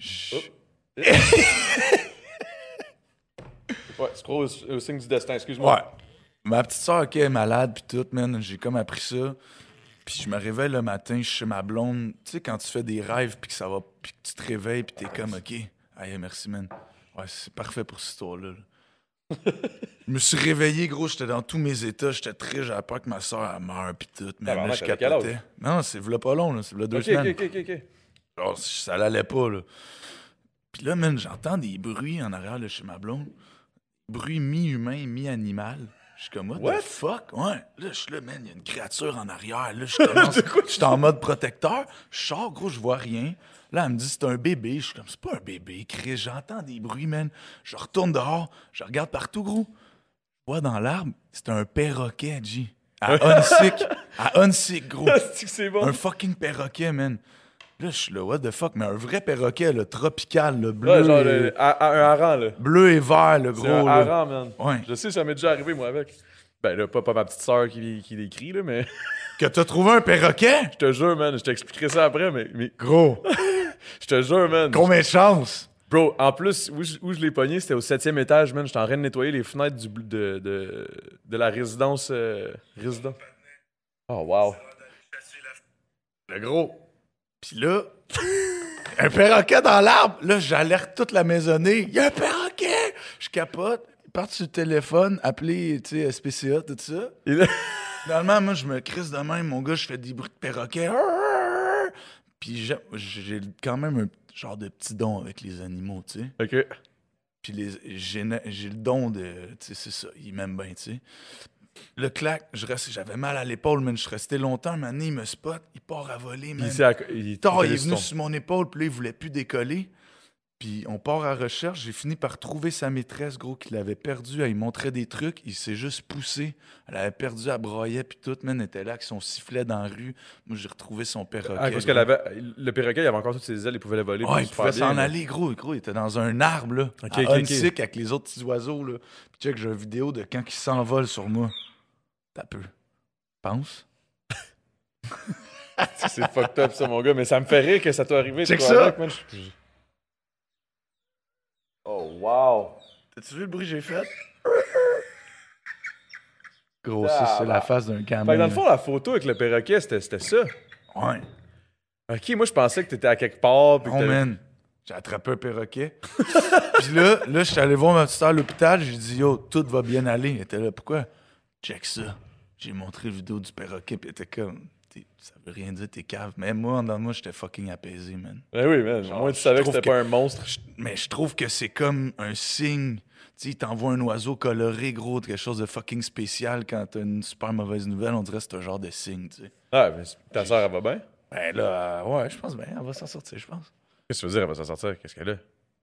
je-
Ouais, tu crois au, au signe du destin, excuse-moi.
Ouais. Ma petite soeur, OK, elle est malade, puis tout, man. J'ai comme appris ça. Puis je me réveille le matin, je suis chez ma blonde. Tu sais, quand tu fais des rêves, puis que ça va, puis que tu te réveilles, puis t'es comme, OK, aïe, merci, man. Ouais, c'est parfait pour cette histoire-là. là. je me suis réveillé, gros, j'étais dans tous mes états, j'étais très, j'avais peur que ma soeur, elle meure, puis tout, man.
Tabarnak,
Là, je
t'avais quel âge?
capotais. Non, c'est v'là pas long, là, c'est v'là deux
Ok,
semaines.
ok, ok, ok. (laughs) ok.
Genre, Oh, ça l'allait pas, là. Puis là, man, j'entends des bruits en arrière de chez ma blonde. Bruits mi-humain, mi-animal. Je suis comme, what,
What?
the fuck? Ouais. Là, je suis là, man, il y a une créature en arrière. Là, je commence- je suis en mode protecteur. Je sors, gros, je vois rien. Là, elle me dit, c'est un bébé. Je suis comme, c'est pas un bébé, Chris. J'entends des bruits, man. Je retourne dehors. Je regarde partout, gros. Je vois dans l'arbre, c'est un perroquet, G. À Unsick. À Unsick, gros.
Ah, c'est-tu que c'est bon.
Un fucking perroquet, man. Là, je suis là, what the fuck, mais un vrai perroquet, le tropical, le bleu,
Ouais, genre
et...
le- à- à- un harangue, là.
bleu et vert, le gros.
C'est un
là.
harangue, man.
Ouais.
Je sais, ça m'est déjà arrivé, moi, avec. Ben là, pas, pas ma petite sœur qui, qui l'écrit, là, mais (laughs)
Que t'as trouvé un perroquet?
(laughs) je te jure, man, je t'expliquerai ça après, mais, mais
Gros,
je te jure, man.
combien de chances?
Bro, en plus, où je, où je l'ai pogné, c'était au septième étage, man. J'étais en train de nettoyer les fenêtres du, bl- de, de, de la résidence. euh, résidence. Oh, wow. Le gros.
Puis là, un perroquet dans l'arbre. Là, j'alerte toute la maisonnée. Il y a un perroquet! Je capote. Il part sur le téléphone, appeler, tu sais, SPCA, tout ça.
Et là-
Normalement, moi, je me crisse de même, mon gars, je fais des bruits de perroquet. Puis j'ai- j'ai quand même un genre de petit don avec les animaux, tu sais.
(laughs) Ok.
Puis les- j'ai na- j'ai le don de. Tu sais, c'est ça, ils m'aiment bien, tu sais. Le clac, je reste- j'avais mal à l'épaule, mais je suis resté longtemps. Mané, il me spot, il part à voler,
Puis
man.
il s'est acc- il est
Tard, il
tombé
est
sur
venu
ton-
sur mon épaule, puis là, il voulait plus décoller. Puis on part à recherche. J'ai fini par trouver sa maîtresse, gros, qu'il avait perdue. Elle lui montrait des trucs. Il s'est juste poussé. Elle avait perdu, elle broyait, puis tout. Man, elle était là avec son sifflet dans la rue. Moi, j'ai retrouvé son perroquet.
Ah, parce
gros.
qu'elle avait. Le perroquet, il avait encore toutes ses ailes, il pouvait la voler.
Ouais, il
super
pouvait
bien,
s'en
là.
aller, gros. Gros, il était dans un arbre, là.
Ok,
à
ok, ok.
Huntsick, avec les autres petits oiseaux, là. Puis check, j'ai une vidéo de quand il s'envole sur moi. T'as peu. Pense.
(laughs) C'est fucked up, ça, mon gars. Mais ça me fait rire que ça t'est arrivé.
Check
toi,
ça.
avec, man. Je- je- Oh, wow.
T'as-tu vu le bruit que j'ai fait? (laughs) Gros,
Ah,
ça, c'est
bah.
la face d'un gamin.
Fait que dans le
là.
fond, la photo avec le perroquet, c'était c'était ça.
Ouais.
Ok, moi, je pensais que t'étais à quelque part. Puis que
Oh
t'avais-
man, j'ai attrapé un perroquet. (laughs) Puis là, là, je suis allé voir ma petite soeur à l'hôpital. J'ai dit, yo, tout va bien aller. Elle était là, pourquoi? Check ça. J'ai montré la vidéo du perroquet. Puis elle était comme, T'es- ça veut rien dire, t'es cave. Mais moi, en dedans de moi, j'étais fucking apaisé, man.
Ben oui, man. Au moins, tu
je
savais que
trouve
c'était
que-
pas un monstre.
Je- Mais je trouve que c'est comme un signe. Tu sais, il t'envoie un oiseau coloré, gros, quelque chose de fucking spécial quand t'as une super mauvaise nouvelle. On dirait que c'est un genre de signe, tu sais.
Ah, mais c'est- ta soeur, elle va bien?
Ben là, euh, ouais, je pense, ben, elle va s'en sortir, je pense.
Qu'est-ce que tu veux dire, elle va s'en sortir? Qu'est-ce qu'elle a?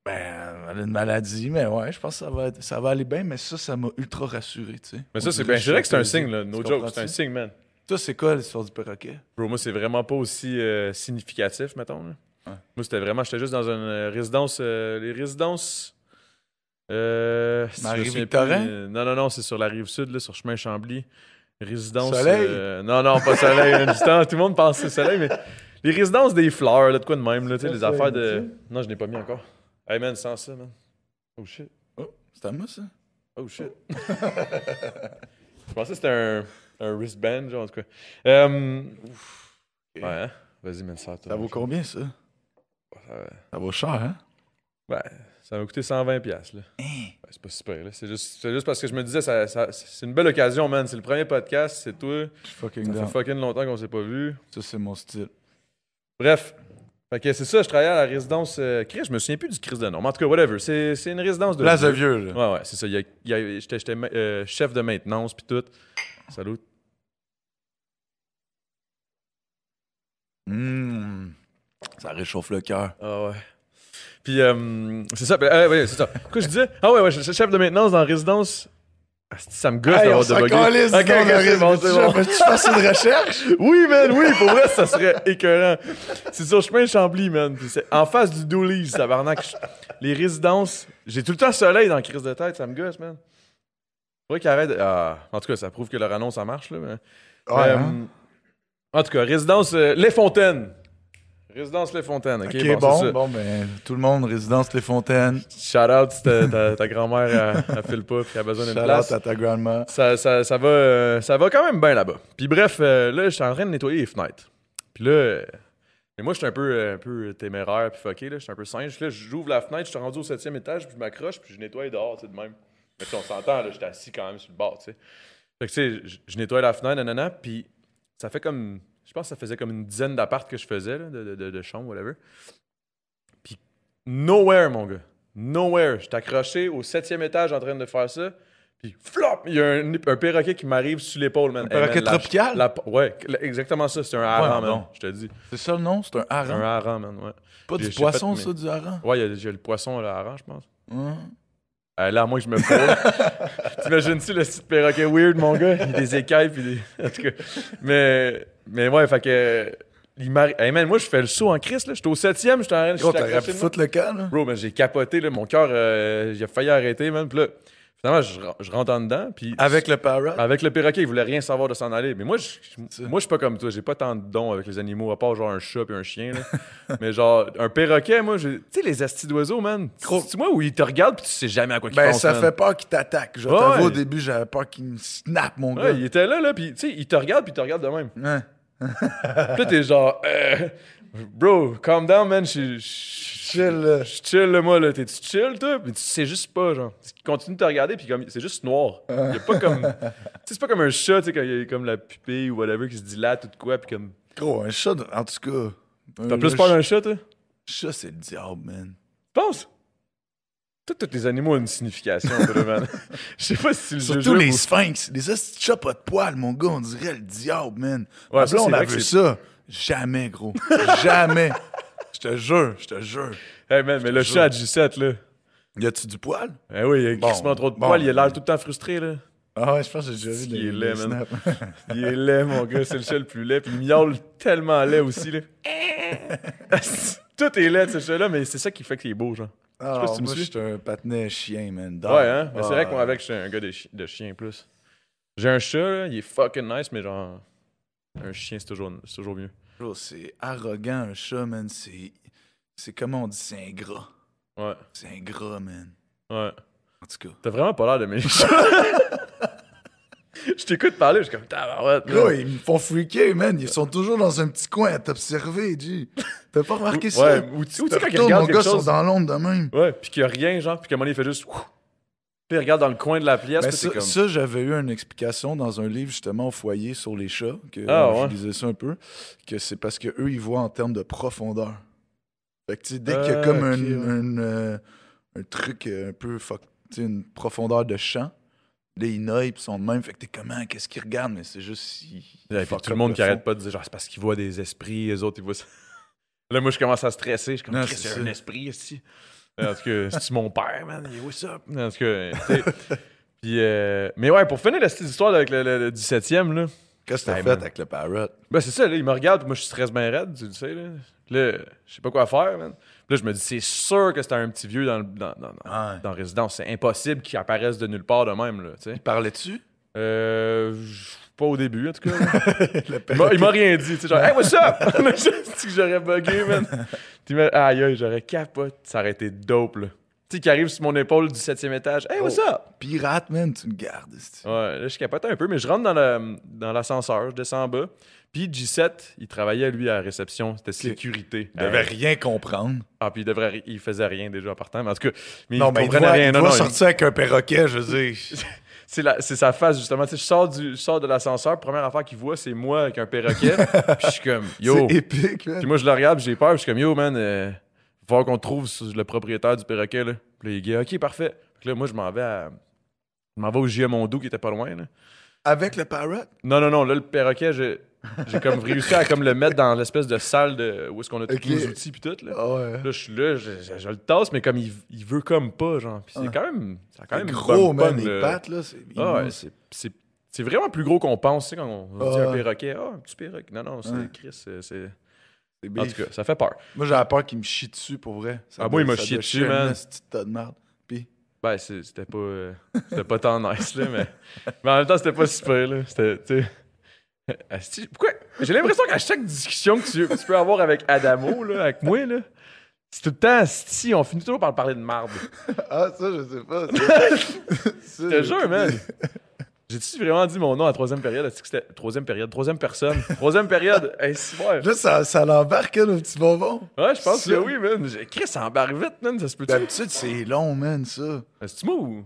Ben, elle a une maladie, mais ouais, je pense que ça va, être- ça va aller bien, mais ça, ça m'a ultra rassuré, tu sais.
Mais
On
ça, c'est
dirait
bien. Je dirais que c'est un
je suis
signe, là.
apaisé.
No
Tu
joke,
comprends-tu?
c'est un signe, man.
Toi, c'est quoi l'histoire du perroquet?
Bro, moi, c'est vraiment pas aussi euh, significatif, mettons. là.
Ouais.
Moi, c'était vraiment. J'étais juste dans une euh, résidence. euh, les résidences. Euh, si je me souviens plus,
Marie-Victorin?
euh, non, non, non, c'est sur la rive sud, là, sur chemin Chambly. Résidence.
Soleil?
euh, non, non, pas soleil. hein, du temps, tout le monde pense que c'est soleil, mais les résidences des fleurs, là, de quoi de même, là, tu sais,
quoi,
les
ça,
affaires
Mathieu?
de. Non, je n'ai pas mis encore. Hey man, sans ça, man. Oh shit.
Oh, c'est à moi, ça?
Oh shit. (laughs) je pensais que c'était un, un wristband, genre, en tout cas. Euh, Ouais, hein? vas-y, man, sors,
Ça vaut
combien?
combien, ça? Ça vaut cher, hein?
Ouais, Ben, ça m'a coûté 120$. piastres, Là. Ouais, c'est pas super. là. C'est juste, c'est juste parce que je me disais, ça, ça- c'est une belle occasion, man. C'est le premier podcast, c'est toi.
Je suis fucking
Ça fait
down.
fucking longtemps qu'on s'est pas vu.
Ça, c'est mon style.
Bref. Fait que c'est ça, je travaillais à la résidence. Euh, Chris, je me souviens plus du Chris de nom. mais En tout cas, whatever. C'est, c'est une résidence de.
Place de vieux, là.
Ouais, ouais, c'est ça. Il y a- il y a- J'étais j'étais ma- euh, chef de maintenance, puis tout. Salut.
Mmh. Ça réchauffe le cœur.
Ah ouais. Puis, euh, c'est ça. ben, euh, ouais, c'est ça. Quoi, je disais? Ah ouais, ouais, je suis chef de maintenance dans la résidence. Asti, Ça me gosse d'avoir Ah, de
calisse,
Ok, ok, c'est bon, c'est bon.
Tu fasses
(laughs)
une recherche?
Oui, man, oui, pour vrai, ça serait écœurant. C'est sur chemin Chambly, man. Puis c'est en face du Dooley's, tabarnak. Je- Les résidences, j'ai tout le temps soleil dans la crise de tête, ça me gosse, man. Faudrait qu'ils arrêtent. Ah, en tout cas, ça prouve que leur annonce, ça marche, là. mais-
Ouais,
Euh,
hein?
En tout cas, résidence euh, Les Fontaines. Résidence Les Fontaines, ok?
Ok,
c'est
bon,
ça.
bon, ben, tout le monde, résidence Les Fontaines.
Shout out si ta, ta- ta grand-mère, elle, elle file pas, puis elle a besoin d'une
Shout
place.
out à ta grandma.
Ça, ça- ça va, euh, ça va quand même bien là-bas. Puis bref, euh, là, j'étais en train de nettoyer les fenêtres. Puis là, euh, mais moi, j'étais un peu, euh, un peu téméraire, puis fucké, là, j'étais un peu singe. Là, j'ouvre la fenêtre, je suis rendu au septième étage, puis je m'accroche, puis je nettoie dehors, tu sais, de même. Mais si on s'entend, là, j'étais assis quand même sur le bord, tu sais. Fait que, tu sais, je- je nettoie la fenêtre, nanana, puis ça fait comme, je pense que ça faisait comme une dizaine d'appartes que je faisais, là, de, de, de, de chambres, whatever. Puis nowhere, mon gars, nowhere. J'étais accroché au septième étage en train de faire ça, puis flop, il y a un, un perroquet qui m'arrive sur l'épaule, man.
Un perroquet
man, Eh, la-
tropical?
la- ouais, exactement ça, c'est un haran,
Ouais,
man,
non.
je te dis.
C'est ça le nom? C'est un
C'est Un
hareng.
haran, man, ouais.
Pas
j'ai-
du
j'ai
poisson,
fait
ça, du hareng?
Ouais, il y a- il y, a le poisson, le haran, je pense.
Hein?
Euh, là, à moins que je me
(laughs)
fourre. T'imagines-tu le petit perroquet weird, mon gars? Il y a des écailles, puis des... (laughs) En tout cas, mais, mais ouais, fait que... Il m'arri- hey man, moi, je fais le saut en crise, là. J'étais au septième, j'étais en train de...
Gros,
j'étais
t'aurais
accroché
pu
de même.
foutre le camp, là.
Bro, mais j'ai capoté, là. Mon cœur, euh, il a failli arrêter, man. Puis là, Finalement, je, re- je rentre en dedans. Puis
Avec le parrot.
Avec le perroquet, il voulait rien savoir de s'en aller. Mais moi, je, je-
ça.
moi, je suis pas comme toi. J'ai pas tant de dons avec les animaux, à part genre un chat et un chien. là. (laughs) Mais genre, un perroquet, moi, j'ai- tu sais, les astis d'oiseaux, man.
Gros.
C'est moi où ils te regardent puis tu sais jamais à quoi ils
Ben,
pensent.
ça
man.
fait peur qu'il t'attaque. Je
Ouais,
t'avoue,
ouais.
au début, j'avais peur qu'il me snap, mon
Ouais,
gars. Hein?
il était là, là, puis tu sais, il te regarde puis il te regarde de même.
Ouais. Ben.
Puis là, t'es genre, euh, bro, calm down, man. Je je- je-
Chill, là.
je suis chill, là, moi, là. T'es-tu chill, toi? Mais tu sais juste pas, genre. Il continue de te regarder, puis comme, c'est juste noir. Il y a pas
(laughs)
comme. tu sais, c'est pas comme un chat, tu sais, quand il y a comme la pupille ou whatever qui se dilate ou de quoi, puis comme.
Gros, un chat, de- en tout cas.
T'as plus
le
peur
ch-
d'un chat, toi?
chat, c'est le diable, man.
Tu penses? Tous tous les animaux ont une signification, (laughs) vraiment. Je sais pas si le
Surtout
jujube
les
ou-
sphinx. Les hosties de chats pas de poils, mon gars, on dirait le diable, man.
Ouais,
Ouais,
ça,
là,
c'est
on a
vrai que
vu
c'est-
ça. Jamais, gros. (laughs) Jamais. Je te jure, je te jure.
Hey man, mais le
jure.
chat du 7 là.
Y a-tu du poil?
Eh oui, il a
Bon,
crissement trop de
bon.
poils, il a l'air tout le temps frustré, là.
Ah ouais, je pense que j'ai déjà
Ce
vu
qui
des,
est laid,
des
man.
snaps. (laughs)
Il est laid, mon gars, c'est le chat le plus laid, puis il miaule tellement laid aussi, là.
(laughs)
tout est laid, ce chat-là, mais c'est ça qui fait qu'il est beau, genre.
Ah,
sais pas si tu me
moi,
suis.
je suis un patinet chien, man. Dog.
Ouais, hein? Mais c'est vrai
Ah.
que moi, avec, je suis un gars de, chi- de chien, plus. J'ai un chat, là, il est fucking nice, mais genre... Un chien, c'est toujours, c'est toujours mieux.
Bro, c'est arrogant, un chat, man. C'est. C'est comment on dit, c'est ingrat.
Ouais,
C'est ingrat, man.
ouais.
En tout cas.
T'as vraiment pas l'air de mes chats. je t'écoute parler, je suis comme tabarouette. là.
Gros, ils me font freaker, man. Ils sont toujours dans un petit coin à t'observer, G. T'as pas remarqué
Ou-
ça?
ouais, ou tu- ou tu
Te
sais, quand ils
retournes,
regardent
mon
quelque
gars,
chose-
sont dans l'ombre de même.
Ouais, puis qu'il y a rien, genre, puis qu'à un moment donné, il fait juste. ouf. Puis il regarde dans le coin de la pièce,
Ben,
puis c'est
ça,
comme.
ça, j'avais eu une explication dans un livre justement au foyer sur les chats, que
Ah,
euh,
ouais.
je lisais ça un peu, que c'est parce que eux ils voient en termes de profondeur. Fait que tu sais, dès qu'il y a
Ah,
comme
ok,
un,
ouais.
un, euh, un truc euh, un peu fuck, tu sais, une profondeur de champ, là ils noient puis sont de même. Fait que t'es comment, qu'est-ce qu'ils regardent, mais c'est juste si.
Ouais, puis tout le monde qui arrête pas de dire, genre, c'est parce qu'ils voient des esprits, les autres, ils voient ça. Là, moi, je commence à stresser. Je suis comme,
Non,
Chris,
c'est
c'est
ça.
un esprit ici. En tout cas, c'est mon père, man. Il est what's up? En tout cas, tu
(laughs)
sais. Puis, euh, mais ouais, pour finir la petite histoire avec le, le- le 17e, là.
Qu'est-ce que t'as
Hey,
fait
man.
avec le parrot?
Ben, c'est ça, là, il me regarde, puis moi, je stresse bien raide, tu le sais, là. Puis Là, je sais pas quoi faire, man. Puis là, je me dis, c'est sûr que c'était un petit vieux dans, le- dans, dans, dans-
Ouais.
dans la résidence. C'est impossible qu'il apparaisse de nulle part de même, là, tu sais. (laughs)
Parlais-tu?
Euh, je- pas au début, en tout cas. là.
Le
Il m'a-
parrot.
il m'a rien dit, tu sais, genre, hey, what's up? (laughs) Là, je sais que j'aurais bugué, man. Puis, mais, aïe, aïe, j'aurais capote. Ça aurait été dope, là. Tu sais, qui arrive sur mon épaule du septième étage. Hey, what's
Oh.
up?
Pirate, man, tu le gardes. c'est-tu.
Ouais, là, je capotais un peu, mais je rentre dans, le- dans l'ascenseur, je descends en bas. Puis G7, il travaillait, lui, à la réception. C'était sécurité.
Il devait
Euh,
rien comprendre.
Ah, puis il, devrait, ri- il faisait rien déjà en partant, mais en tout cas, mais
non,
il
mais il
comprenait
doit,
rien.
il
Non,
doit
non, il-
sortir avec un perroquet,
(laughs)
je veux dire.
c'est, la- c'est sa face, justement. Tu sais, je sors, du, je sors de l'ascenseur, première affaire qu'il voit, c'est moi avec un
(laughs)
perroquet. puis je suis comme, yo.
C'est épique, man.
Puis moi, je le regarde, puis j'ai peur, puis je suis comme, yo, man, euh, faut voir qu'on trouve ce- le propriétaire du perroquet, là. Puis là, il dit, ok, parfait. Puis là, moi, je m'en vais à. Je m'en vais au GM Mondou qui était pas loin, là.
Avec le parrot?
Non, non, non. Là, le perroquet, j'ai, j'ai comme
(laughs)
réussi à comme le mettre dans l'espèce de salle de, où est-ce qu'on a tous
Ok.
nos outils puis tout. Là.
Ah ouais.
Là, je suis là, je, je- je le tasse, mais comme il, il veut comme pas, genre. Puis c'est
Ah.
quand même... Ça a quand
C'est
même une
gros,
bonne
man,
pomme, là.
les pattes, là, c'est
Ah ouais,
immense.
c'est, c'est, c'est vraiment plus gros qu'on pense, tu sais, quand on, on se dit
Ah
un
ouais.
perroquet. Ah, un petit perroquet. Non, non, c'est
Ouais.
Chris, c'est... c'est-
C'est
En
beef.
tout cas, ça fait peur.
Moi, j'avais peur qu'il me chie dessus, pour vrai. Ça
Ah, moi, il
doit-
m'a
ça
chié
doit
dessus,
chier
man.
un esti de tas de
(laughs)
merde. Puis,
Ben, c'est- c'était pas... euh, c'était pas tant nice, là, mais... Mais en même temps, c'était pas super, là. C'était, tu sais... (laughs) Asti, Pourquoi? J'ai l'impression qu'à chaque discussion que tu, tu peux avoir avec Adamo, là, avec moi, là, c'est tout le temps si on finit toujours par parler de marde.
ah, ça, je sais pas. ça. Ça, (laughs)
Je
j'ai-
te jure, man. J'ai-tu vraiment dit mon nom à troisième période? Est-ce que c'était troisième période? Troisième personne? Troisième période? Hey, si ouais.
Là, ça, ça l'embarque, hein, le petit bonbon.
Ouais, je pense que
Ça. Ben,
oui, man. J'ai- Chris, ça embarque vite, man. Ça se peut-tu?
D'habitude, c'est long, man, ça.
C'est-tu moi ou?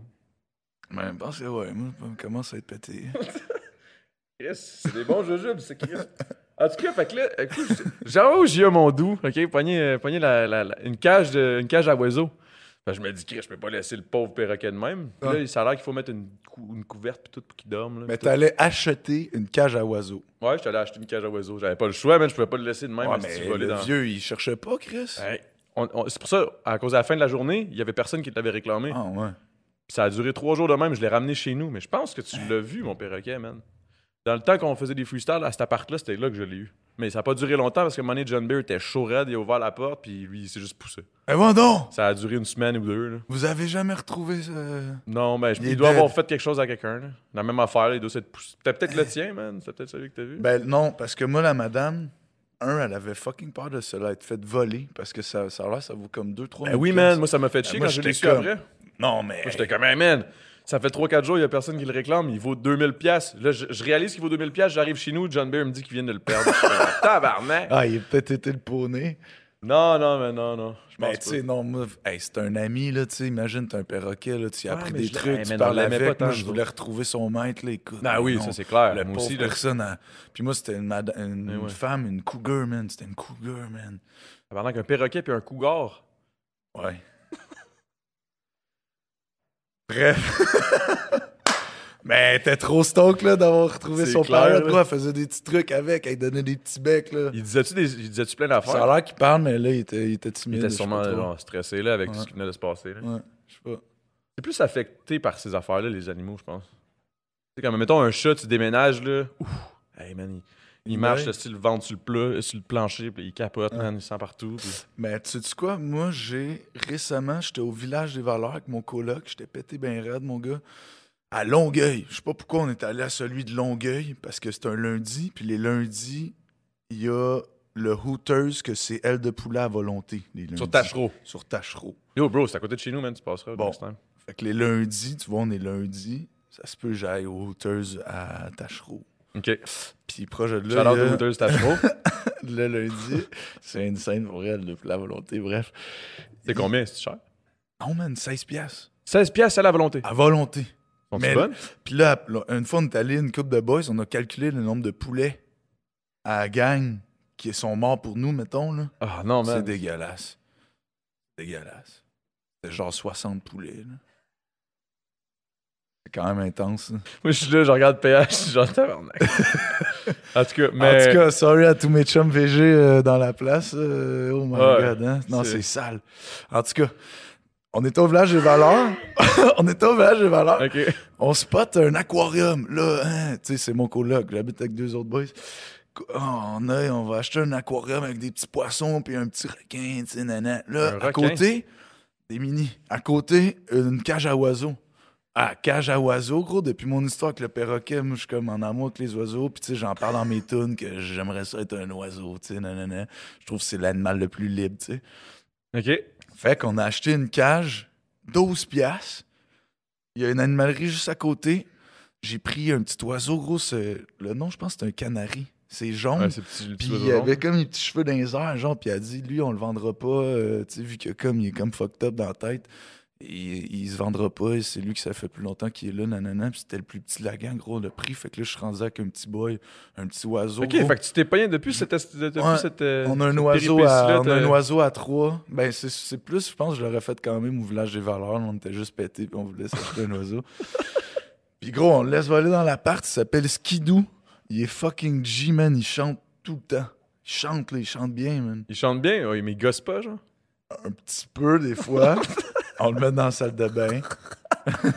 Mais je pense que, ouais, moi, je commence à
(laughs)
être pété.
Chris, c'est des bons jujubes, c'est Chris. En tout cas, fait que là, écoute, j'en où j'y ai mon doux, ok? Pogner, euh, pogner la, la- la- une, cage de- une cage à oiseaux. Fait que je me dis, Chris, je peux pas laisser le pauvre perroquet de même. Puis là, ça a l'air qu'il faut mettre une, cou- une couverte puis tout pour qu'il dorme. là,
Mais
puis tout.
t'allais acheter une cage à oiseaux.
Ouais, je suis allé acheter une cage à oiseaux. J'avais pas le choix, man. Je pouvais pas le laisser de même.
Ouais,
parce que
mais
tu volais
le
dans- Ah
vieux, il cherchait pas, Chris.
Hey, on- on- c'est pour ça, à cause de la fin de la journée, il y avait personne qui l'avait réclamé.
Ah, ouais.
Puis ça a duré trois jours de même, je l'ai ramené chez nous. Mais je pense que tu l'as vu, mon perroquet, man. Dans le temps qu'on faisait des freestyles, à cet appart-là, c'était là que je l'ai eu. Mais ça n'a pas duré longtemps parce que Money John Bear était chaud raide, il a ouvert la porte, puis lui, il s'est juste poussé.
Eh ben donc!
Ça a duré une semaine ou deux. là.
Vous avez jamais retrouvé ce.
Non, mais je-
Il
il,
est
doit
dead.
avoir fait quelque chose à quelqu'un. là. La même affaire, là, il doit s'être poussé. C'était peut-être le tien, man. C'était peut-être celui que t'as vu.
Ben non, parce que moi, la madame, un, elle avait fucking peur de se l'être fait voler parce que ça, ça a l'air, ça vaut comme 2-3
Ben oui, man, moi ça m'a fait chier
moi,
quand je l'ai su
j'étais comme-
après. Moi,
Non, mais.
j'étais comme, hey, man, ça fait 3-4 jours, il n'y a personne qui le réclame, il vaut 2000$. piastres. Là, je, je réalise qu'il vaut 2000$, piastres, j'arrive chez nous, John Bear me dit qu'il vient de le
(laughs)
perdre. Je fais, Tabarnak!
Ah, il a peut-être été le poney.
Non, non, mais non, non. Je pense
Mais Ben, tu sais, non, moi, hey, c'est un ami, là, tu sais, imagine, t'es un perroquet, là, tu as
Ouais,
appris
mais
des
je-
trucs,
hey,
tu
man,
parles
on l'aimait
avec,
pas tant,
moi, je
nous
voulais retrouver son maître, là, écoute.
pas. Ah oui,
non,
ça c'est clair.
Le
Moi
pauvre
aussi, là.
personne, elle- puis moi, c'était une, mada- une
Eh ouais.
femme, une cougar, man, c'était une cougar, man.
Pendant qu'un perroquet puis un cougar.
Ouais. (laughs) Bref. (laughs) Mais t'es trop stock là d'avoir retrouvé
C'est
son
clair,
parent.
là.
quoi. Elle faisait des petits trucs avec, elle donnait des petits becs là.
Il disait-tu des... il disait-tu plein
Ça a
d'affaires?
l'air qu'il parle, mais là, il était, il était
Il
timide.
était
je sais
sûrement
pas trop.
genre, stressé là, avec tout
Ouais.
ce qui venait de se passer. là.
Ouais, je sais pas.
C'est plus affecté par ces affaires-là, les animaux, je pense. Tu sais, quand mettons un chat, tu déménages, là. Ouf! Hey, man, il, il
Il
marche,
meurt.
le style, le ventre sur le, plat- euh, sur le plancher, puis il capote,
Ouais.
man, il sent partout. puis-
Mais Ben, tu sais quoi? Moi, j'ai récemment, j'étais au village des valeurs avec mon coloc. J'étais pété bien raide, mon gars. À Longueuil. Je sais pas pourquoi on est allé à celui de Longueuil, parce que c'est un lundi. Puis les lundis, il y a le Hooters que c'est elle de poulet à volonté. Les lundis.
Sur Tachereau.
Sur Tachereau.
Yo, bro, c'est à côté de chez nous, man, tu passeras.
Bon.
next time.
Fait que les lundis, tu vois, on est lundi. Ça se peut que j'aille au Hooters à Tachereau.
Ok.
Puis proche de là, euh,
Shout-out
il y a-
aux Hooters Tachereau.
(laughs) le lundi, c'est une scène pour elle de poulet à volonté. Bref.
C'est combien, c'est cher?
Non, man, 16 piastres.
16 piastres, c'est à la volonté.
À volonté.
Sont-ils
Ah, mais-
bonnes?
Puis là, là, une fois, on est allé une coupe de boys, on a calculé le nombre de poulets à la gang qui sont morts pour nous, mettons. Là.
Ah, non,
C'est
man.
dégueulasse. Dégueulasse. C'est genre 60 poulets. là. C'est quand même intense. hein. là.
Moi, je suis là, je regarde PH, je suis genre (laughs) tabarnak. en tout cas, mais.
En tout cas, sorry à tous mes chums VG euh, dans la place. euh, oh my
Ouais,
god. hein. Non,
c'est-
c'est sale. En tout cas, on est au village des valeurs. (laughs) on est au village des valeurs.
(laughs) Ok.
On spot un aquarium. Là, hein, tu sais, c'est mon coloc. J'habite avec deux autres boys. Qu- oh, on, a- on va acheter un aquarium avec des petits poissons puis un petit requin, tu sais, nanan. Là,
Un
à
requin?
côté, des mini. À côté, une cage à oiseaux. Ah, cage à oiseaux, gros. Depuis mon histoire avec le perroquet, moi, je suis comme en amour avec les oiseaux. Puis, tu sais, j'en parle dans mes tunes que j'aimerais ça être un oiseau, tu sais, nanana. Je trouve que c'est l'animal le plus libre, tu sais.
Ok.
Fait qu'on a acheté une cage, 12 piastres. Il y a une animalerie juste à côté. J'ai pris un petit oiseau, gros. c'est- Le nom, je pense, c'est un canari. C'est jaune.
Ouais, c'est petit, le petit
puis il
oiseau
avait comme les petits cheveux dans les airs, genre. Puis elle a dit, lui, on le vendra pas. euh, tu sais, vu que comme il est comme fucked up dans la tête, il, il se vendra pas. et C'est lui que ça fait plus longtemps qu'il est là, nanana. Puis c'était le plus petit de la gang, gros, le prix. Fait que là, je suis rendu avec un petit boy, un petit oiseau.
Ok,
gros.
fait que tu t'es payé depuis cette. Depuis
Ouais,
cette euh,
On a un
cette
oiseau
péripétie-là,
à, on a un
t'as-
oiseau à trois. Ben, c'est- c'est plus, je pense, que je l'aurais fait quand même au village des valeurs. On était juste pété puis on voulait s'acheter
(laughs)
un oiseau. Puis gros, on le laisse voler dans l'appart. Il s'appelle Skidoo. Il est fucking G, man. Il chante tout le temps. Il chante, là. Il chante bien, man.
Il chante bien, ouais, mais il gosse pas,
(laughs)
genre.
Un petit peu, des
(laughs)
fois. on le met dans la salle de bain. (laughs)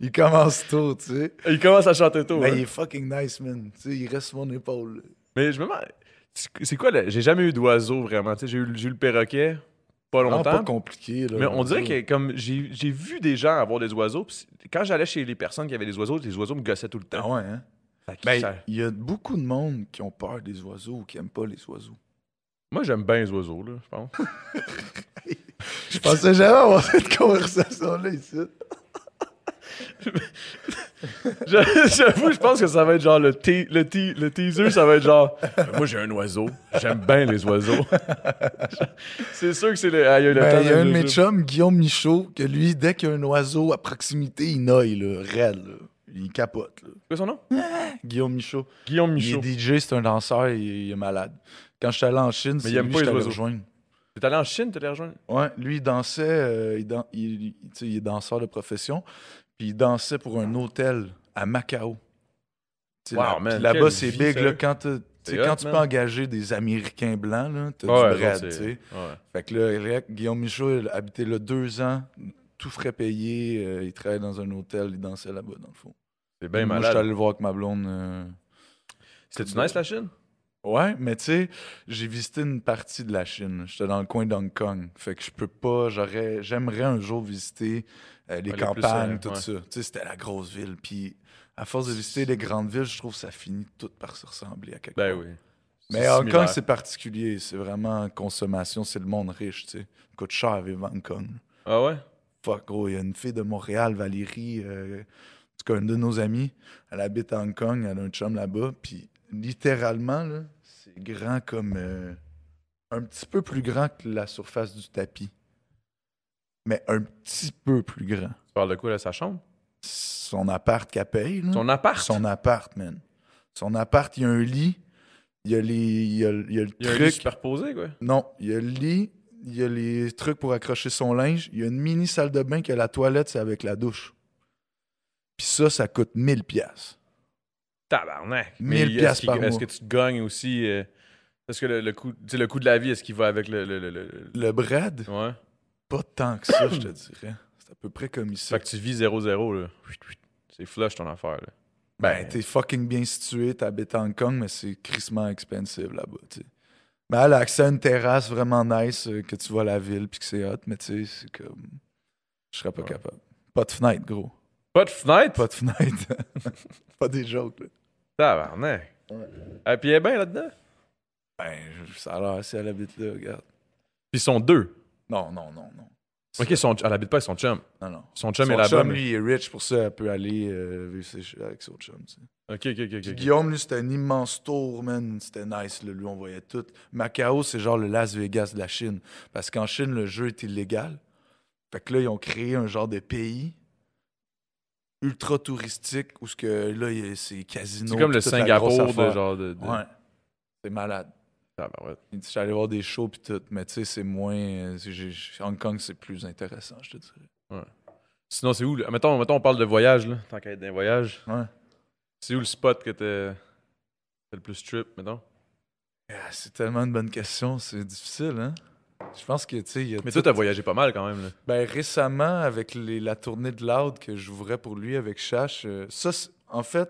il commence tôt, tu sais.
Il commence à chanter tôt.
Mais
hein.
il est fucking nice, man. Tu sais, il reste sur mon épaule.
Mais je me demande, c'est c'est quoi le- J'ai jamais eu d'oiseau vraiment. Tu sais, j'ai eu, le- j'ai eu le perroquet pas
Vraiment
longtemps.
Ah, pas compliqué, là.
mais on dirait
qu'il
que comme j'ai j'ai vu des gens avoir des oiseaux. puis c'est- quand j'allais chez les personnes qui avaient des oiseaux, les oiseaux me gossaient tout le
Ah
temps.
ouais, hein?
Fait que
Ben,
ça-
il y a beaucoup de monde qui ont peur des oiseaux ou qui aiment pas les oiseaux.
moi j'aime bien les oiseaux là, je pense.
Je pensais jamais avoir (laughs) cette conversation-là ici.
(laughs) Je- J'avoue, je pense que ça va être genre le te- le, te- le teaser, ça va être genre. (laughs) moi j'ai un oiseau, j'aime bien les oiseaux. (laughs) c'est sûr que c'est le. ah, il y a eu le temps
Ben, il y a
de-
un de
de-
mes chums, Guillaume Michaud, que lui, dès qu'il y a un oiseau à proximité, il noie, là, raide, là. Il capote, là.
Quoi son nom
Guillaume Michaud.
Guillaume Michaud.
Il est DJ, c'est un danseur, il, il est malade. Quand je suis allé en Chine, c'est
il aime
lui
pas
que
les
je
oiseaux.
rejoindre.
T'es allé en Chine, t'es allé rejoindre
Ouais, lui, il dansait, euh, il, dan- il- il- tu sais, il est danseur de profession, puis il dansait pour un hôtel à Macao. Tu sais,
Wow,
là-
man,
puis
quelle
Là-bas, c'est
vie,
big. Là,
sérieux.
quand t'as- tu sais,
C'est
quand
hot,
tu
man.
peux engager des Américains blancs, là, t'as
Ouais,
du bread,
non, c'est-
tu sais.
ouais.
Fait que là, Eric- Guillaume Michaud, il habitait là deux ans, tout frais payé, euh, il travaillait dans un hôtel, il dansait là-bas, dans le fond.
C'est bien
Moi, je
Ben
suis
malade.
allé le voir avec ma blonde. euh,
C'était-tu nice, la Chine?
Ouais, mais tu sais, j'ai visité une partie de la Chine. J'étais dans le coin d'Hong Kong. Fait que je peux pas, j'aurais, j'aimerais un jour visiter euh,
Aller
les
plus,
campagnes,
euh,
tout
ouais.
ça. Tu sais, c'était la grosse ville. Puis à force de visiter les grandes villes, je trouve que ça finit tout par se ressembler à quelque
Ben
part.
oui.
Mais
C'est
Hong
similaire.
Kong, c'est particulier. C'est vraiment consommation. C'est le monde riche, tu sais. Ça coûte cher vivre à Hong Kong.
Ah ouais?
Fuck, gros, il y a une fille de Montréal, Valérie, euh, en tout cas, une de nos amies, elle habite à Hong Kong, elle a un chum là-bas, puis littéralement, là, c'est grand comme... euh, un petit peu plus grand que la surface du tapis. Mais un petit peu plus grand.
Tu parles de quoi, là, sa chambre?
Son appart qu'elle paye, là.
Son appart?
Mm. Son appart, man. Son appart, il y a un lit, il y a, les, il y a, il y a le
Il y a un lit
truc...
superposé, quoi.
Non, il y a le lit, il y a les trucs pour accrocher son linge, il y a une mini salle de bain qui a la toilette, c'est avec la douche. Puis ça, ça coûte 1000 pièces.
Tabarnak.
1000
est-ce
piastres
qu'il-
par
Est-ce
mois.
que tu te gagnes aussi. euh, parce que le, le coût, tu sais, le coût de la vie, est-ce qu'il va avec le. le- le- le-
Le bread,
Ouais.
pas tant que ça, je te dirais. C'est à peu près comme ici.
Fait que tu vis 0-0, là. C'est flush ton affaire, là.
Ben, t'es fucking bien situé, t'habites à Hong Kong, mais c'est crissement expensive là-bas, tu sais. Mais elle a accès à une terrasse vraiment nice, euh, que tu vois la ville, puis que c'est hot, mais tu sais, c'est comme... Je serais pas
Ouais.
capable. Pas de fenêtre, gros.
Pas de fenêtre?
Pas de fenêtre. (laughs) pas des jokes, là.
Tabarnak.
Ouais.
Et puis, elle est bien là-dedans.
Ben, je- ça a l'air, si elle habite là, regarde.
Puis, ils sont deux.
Non, non, non, non.
Ok, son, elle habite pas avec son chum.
Non, non.
Son chum est
son
là-bas.
chum,
mais-
lui, il est rich, pour ça, elle peut aller euh, vivre ses- avec son chum. tu sais.
Ok, ok, ok.
Puis
ok.
Guillaume, lui, c'était un immense tour, man. C'était nice, là. Lui, on voyait tout. Macao, c'est genre le Las Vegas de la Chine. Parce qu'en Chine, le jeu est illégal. Fait que là, ils ont créé un genre de pays ultra touristique où ce que là, il y a ces casinos.
C'est comme
puis
le
toute la grosse
Singapour de
affaire.
genre de. de-
Ouais. C'est malade.
Tabarouette.
Il dit, Je suis allé voir des shows puis tout, mais tu sais, c'est moins. euh, c'est- j'ai- j'ai- Hong Kong, c'est plus intéressant, je te dirais.
Sinon, c'est où? le- Mettons, mettons, on parle de voyage, là. Tant qu'à être d'un voyage.
Ouais.
C'est où le spot que t'es. t'es le plus trip, mettons?
Ah, c'est tellement une bonne question, c'est difficile, hein? Je pense que, tu sais, il y a.
Mais
tout-
toi, t'as voyagé pas mal quand même, là.
Ben, récemment, avec les- la tournée de Loud que j'ouvrais pour lui avec Chash, euh, ça, c'est- en fait,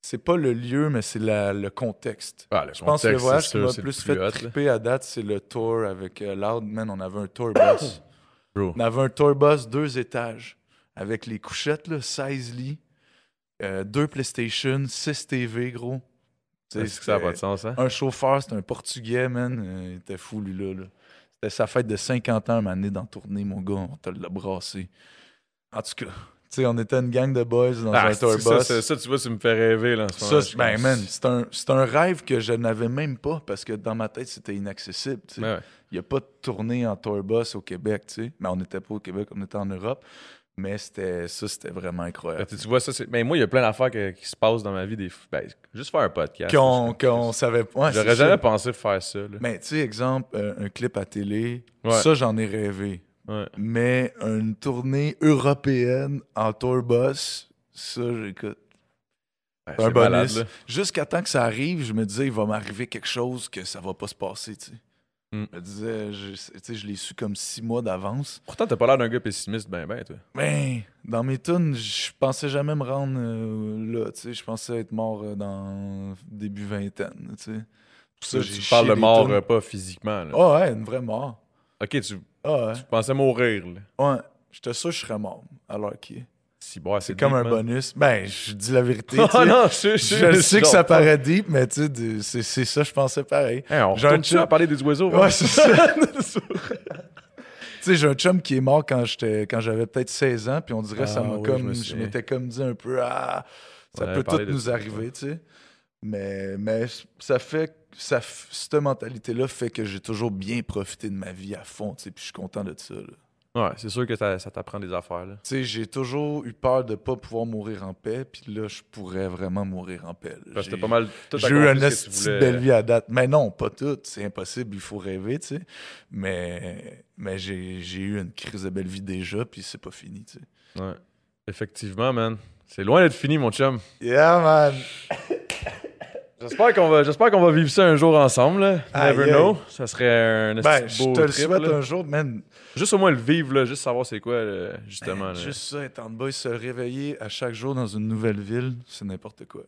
c'est pas le lieu, mais c'est la- le contexte.
Ah, le
Je pense que le
contexte,
voyage
c'est
qui
sûr,
m'a
c'est le
plus fait
hot, là.
triper à date, c'est le tour avec euh, Loud. Man, on avait
(coughs)
un tour bus.
Bro.
On avait un tour bus deux étages avec les couchettes, là, 16 lits, euh, deux PlayStation, 6 TV, gros. Tu sais,
C'est que ça n'a pas de sens, hein?
Un chauffeur, c'était un Portugais, man. Euh, Il était fou, lui-là. là. C'était sa fête de 50 ans, année dans tournée, mon gars. On te l'a brassé. En tout cas, tu sais, on était une gang de boys dans
Ah,
un tour
c'est-
bus.
ça, ça, ça, tu vois, tu me fais rêver, là, en ce moment.
Ça, c'est- ben, man, c'est un, c'est un rêve que je n'avais même pas parce que dans ma tête, c'était inaccessible. tu sais.
Ouais, ouais.
Il n'y a pas de tournée en tour bus au Québec, tu sais. Mais on n'était pas au Québec, on était en Europe. Mais c'était ça, c'était vraiment
Fait
incroyable.
que tu vois, ça, c'est. Mais moi, il y a plein d'affaires que- qui se passent dans ma vie. Des... Ben, juste faire un podcast. là,
Qu'on
je-
qu'on savait pas. Ouais,
J'aurais
c'est
jamais
ça.
pensé faire ça, là.
Mais tu sais, exemple, euh, un clip à télé,
Ouais.
ça, j'en ai rêvé.
Ouais.
Mais une tournée européenne en tour bus, ça, j'écoute.
Ben,
Un
c'est
bonus.
malade, là.
Jusqu'à temps que ça arrive, je me disais, il va m'arriver quelque chose que ça va pas se passer, tu sais.
Mm.
Je me disais, je, tu sais, je l'ai su comme six mois d'avance.
Pourtant, t'as pas l'air d'un gars pessimiste, ben, ben, toi.
Ben, dans mes tunes, je pensais jamais me rendre euh, là, tu sais. Je pensais être mort euh, dans début vingtaine, tu sais. Pour ça, j'ai
tu parles
chié
de
les
mort,
tunes.
euh, pas physiquement, là.
Ah ouais, une vraie mort.
Ok, tu
Ah ouais.
pensais mourir, là.
Ouais, j'étais sûr que je serais mort à l'heure qui est.
Si, bon,
C'est comme
deep,
un
man. (laughs)
bonus. Ben, je dis la vérité. tu
Ah
sais.
non, je sais, je
je le sais que
genre-
ça paraît deep, mais tu sais, de- c'est c'est ça, je pensais pareil.
Hey, on
J'ai un
retourne-tu à
chum-
parler des oiseaux. hein?
Ouais, c'est ça. tu sais, j'ai un chum qui est mort quand j'étais quand j'avais peut-être 16 ans, puis on dirait
Ah
ça m'a
oui, je
comme
me
je
souviens.
m'étais comme dit un peu ah
On
ça
avait
peut
parlé
tout
de
nous
ça,
arriver, tu sais. Mais mais ça fait ça f- cette mentalité là fait que j'ai toujours bien profité de ma vie à fond, tu sais, puis je suis content de ça. là.
(laughs) Ouais, c'est sûr que ça ça t'apprend des affaires, là.
Tu sais, j'ai toujours eu peur de pas pouvoir mourir en paix, puis là, je pourrais vraiment mourir en paix. là.
Parce que
J'ai-
t'as pas mal. tout
J'ai eu
accompli
une
ce que tu
esti de
voulais.
belle vie à date. Mais non, pas toute. C'est impossible. Il faut rêver, tu sais. Mais, mais j'ai j'ai eu une crise de belle vie déjà, puis c'est pas fini, tu sais.
Ouais. Effectivement, man. C'est loin d'être fini, mon chum.
Yeah, man!
J'espère qu'on va, j'espère qu'on va vivre ça un jour ensemble. là.
Aïe,
Never
aïe.
know. Ça serait un
Ben,
esti
je
de beau
te le
trip,
souhaite
là.
un jour, man.
Juste au moins le vivre, là, juste savoir c'est quoi, là, justement. là.
Ben, Juste ça, être en bas et se réveiller à chaque jour dans une nouvelle ville, c'est n'importe quoi.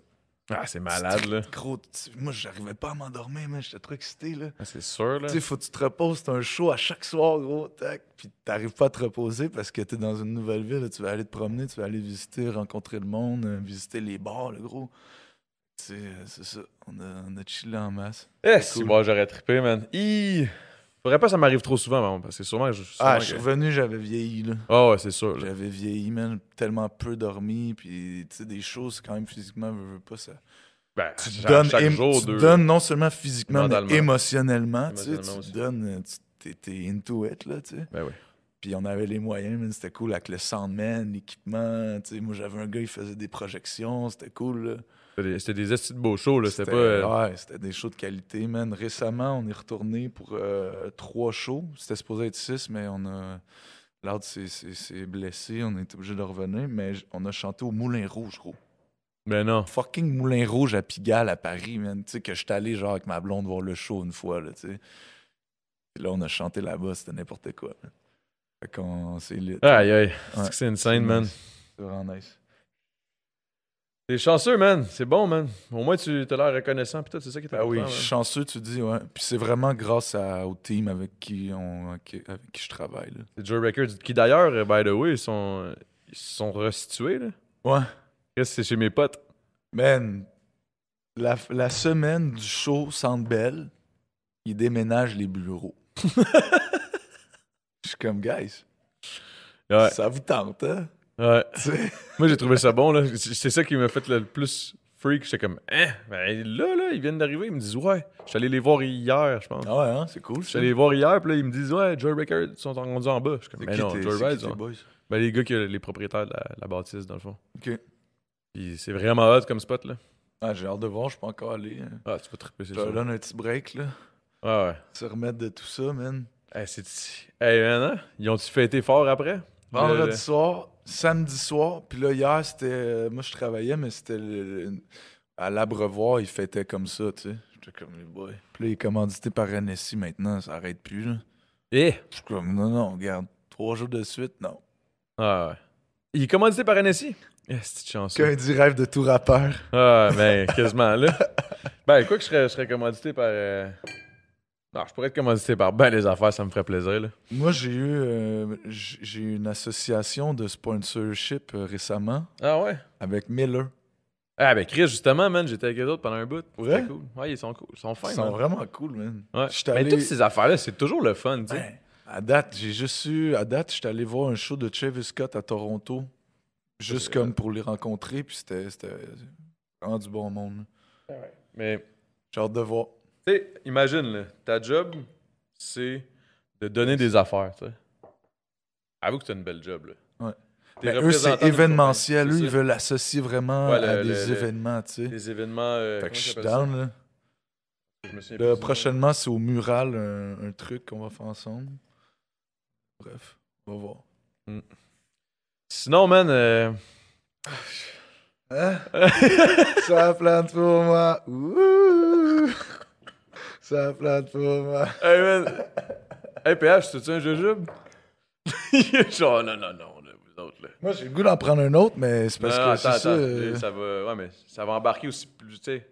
Ah, c'est malade, là.
Gros, tu- moi, j'arrivais pas à m'endormir, man. J'étais trop excité, là.
Ah, c'est sûr, là.
Tu sais, faut que tu te reposes. C'est un show à chaque soir, gros, tac. Puis t'arrives pas à te reposer parce que t'es dans une nouvelle ville. là. Tu vas aller te promener, tu vas aller visiter, rencontrer le monde, euh, visiter les bars, le gros. Tu sais, euh, c'est ça. On a, on a chillé en masse.
Eh,
c'est
si,
cool.
moi, j'aurais trippé, man. Hi! Faudrait pas que ça m'arrive trop souvent, man, parce que sûrement... Je, sûrement
Ah,
que-
je suis revenu, j'avais vieilli, là.
Ah ouais, c'est sûr. là.
J'avais vieilli, man. Tellement peu dormi. Puis, tu sais, des choses, quand même, physiquement, je veux pas ça.
Ben,
tu te
chaque-
donnes,
chaque
émo-
jour,
tu
deux.
donnes non seulement physiquement, mais
Mentalement.
émotionnellement. tu sais,
Émotionnellement
tu
aussi.
te donnes, euh, tu- t'es- t'es into it, là, tu sais.
Ben oui.
Puis on avait les moyens, man, c'était cool avec le soundman, l'équipement. Tu sais, moi, j'avais un gars, il faisait des projections, c'était cool. là.
C'était des- C'était des estis de beaux shows, là. C'était pas... euh,
ouais, c'était des shows de qualité, man. Récemment, on est retourné pour euh, trois shows. C'était supposé être six, mais on a. L'art s'est- s'est s'est blessé, on est obligé de revenir, mais j- on a chanté au Moulin Rouge, gros.
Ben non.
fucking Moulin Rouge à Pigalle, à Paris, man. Tu sais, que j'étais allé, genre, avec ma blonde voir le show une fois, là, tu sais. Puis là, on a chanté là-bas, c'était n'importe quoi. man. Fait qu'on c'est lit.
Aïe, aïe.
Ouais.
C'est que C'est insane, man.
nice. C'est vraiment nice.
T'es chanceux, man. C'est bon, man. Au moins, tu t'as l'air reconnaissant. Puis tout, c'est ça qui est
Ben oui,
important, man.
chanceux, tu dis, ouais. Puis c'est vraiment grâce à, au team avec qui, on, avec avec qui je travaille, là.
C'est Joe Records, qui d'ailleurs, euh, by the way, ils sont, ils se sont restitués, là.
Ouais.
Chris, C'est chez mes potes.
Man, la, la semaine du show Centre Bell, ils déménagent
(laughs)
les bureaux. Je suis comme, guys,
Ouais,
ça vous
(laughs)
tente, hein?
ouais.
Tu sais?
Moi, j'ai trouvé ça bon, là. C'est c'est ça qui m'a fait le plus freak. J'étais comme, hein, ben là, là, ils viennent d'arriver. Ils me disent, ouais. Je suis allé les voir hier, je pense.
Ah ouais, hein? C'est cool.
Je suis
ça.
allé les voir hier, puis là, ils me disent, ouais, Joy Records, ils sont rendus en bas. Je suis comme,
C'est
mais
qui
non,
tes-
Joy
c'est qui
Records,
tes
ils ont-
boys?
ben, les gars, qui, les propriétaires de la, la bâtisse, dans le fond.
Ok.
Puis c'est vraiment hot comme spot, là.
Ah, j'ai hâte de voir, je suis pas encore allé. hein.
Ah, tu vas triper, c'est
Je te
sûr.
donne un petit break, là.
Ah, ouais.
Se remettre de tout ça, man.
Hey, c'est. Hey, man, hein? Ils ont-tu fêté fort après?
Vendredi
Le- le-
soir, samedi soir, puis là, hier, c'était. euh, moi, je travaillais, mais c'était. le- le- à l'abreuvoir, ils fêtaient comme ça, tu sais. J'étais comme les boys. Puis là, il est commandité par NSI maintenant, ça arrête plus, là.
Eh!
Je suis comme, non, non, regarde, trois jours de suite, non.
Ah, ouais. Il est commandité par NSI? Eh, c'est chanceux.
Qu'un dit rêve de tout rappeur.
Ah,
(laughs)
ben, quasiment là. Ben, quoi que je serais, je serais commandité par. euh, Non, je pourrais être commandité par ben les affaires, ça me ferait plaisir, là.
Moi, j'ai eu. euh, j- j'ai eu une association de sponsorship euh, récemment
Ah ouais?
avec Miller.
Ah, ben, Chris, justement, man, j'étais avec eux autres pendant un bout.
Ouais?
C'était cool. Ouais, ils sont cool. Ils sont fins,
Ils sont
man.
vraiment cool, man.
Ouais.
J'étais
Mais
allé-
toutes ces affaires-là, c'est toujours le fun, tu sais.
Ben, à date, j'ai juste eu. À date, j'étais allé voir un show de Travis Scott à Toronto. Juste
C'est-
comme pour les rencontrer, puis c'était c'était vraiment du bon monde.
Mais,
J'ai hâte de voir.
tu sais, imagine, là, ta job, c'est de donner des affaires, tu sais. Avoue que t'as une belle job, là.
Ouais.
T'es
Mais Ben, eux,
représentant
c'est
d'une
événementiel.
compagnie,
Eux,
c'est
ils
ça.
veulent l'associer vraiment
Ouais, le-
à des
le- le-
événements, tu sais.
Des événements. euh,
Fait
comment
que je suis
ça s'appelle ça?
down, là.
Je me souviens plus
Là,
du nom.
prochainement, c'est au mural un, un truc qu'on va faire ensemble. Bref, on va voir.
Sinon, man, euh, (laughs)
Hein? Ça plante pour moi. Ouh! Ça plante pour moi.
Hey, man. Hey, PH, c'est-tu un jujube? Il est (laughs) genre, non, non, non, là, vous autres, là.
Moi, j'ai le goût d'en prendre un autre, mais c'est parce
Non, non,
que c'est ça. euh,
Là, Ça va, ouais, mais ça va embarquer aussi plus, tu sais.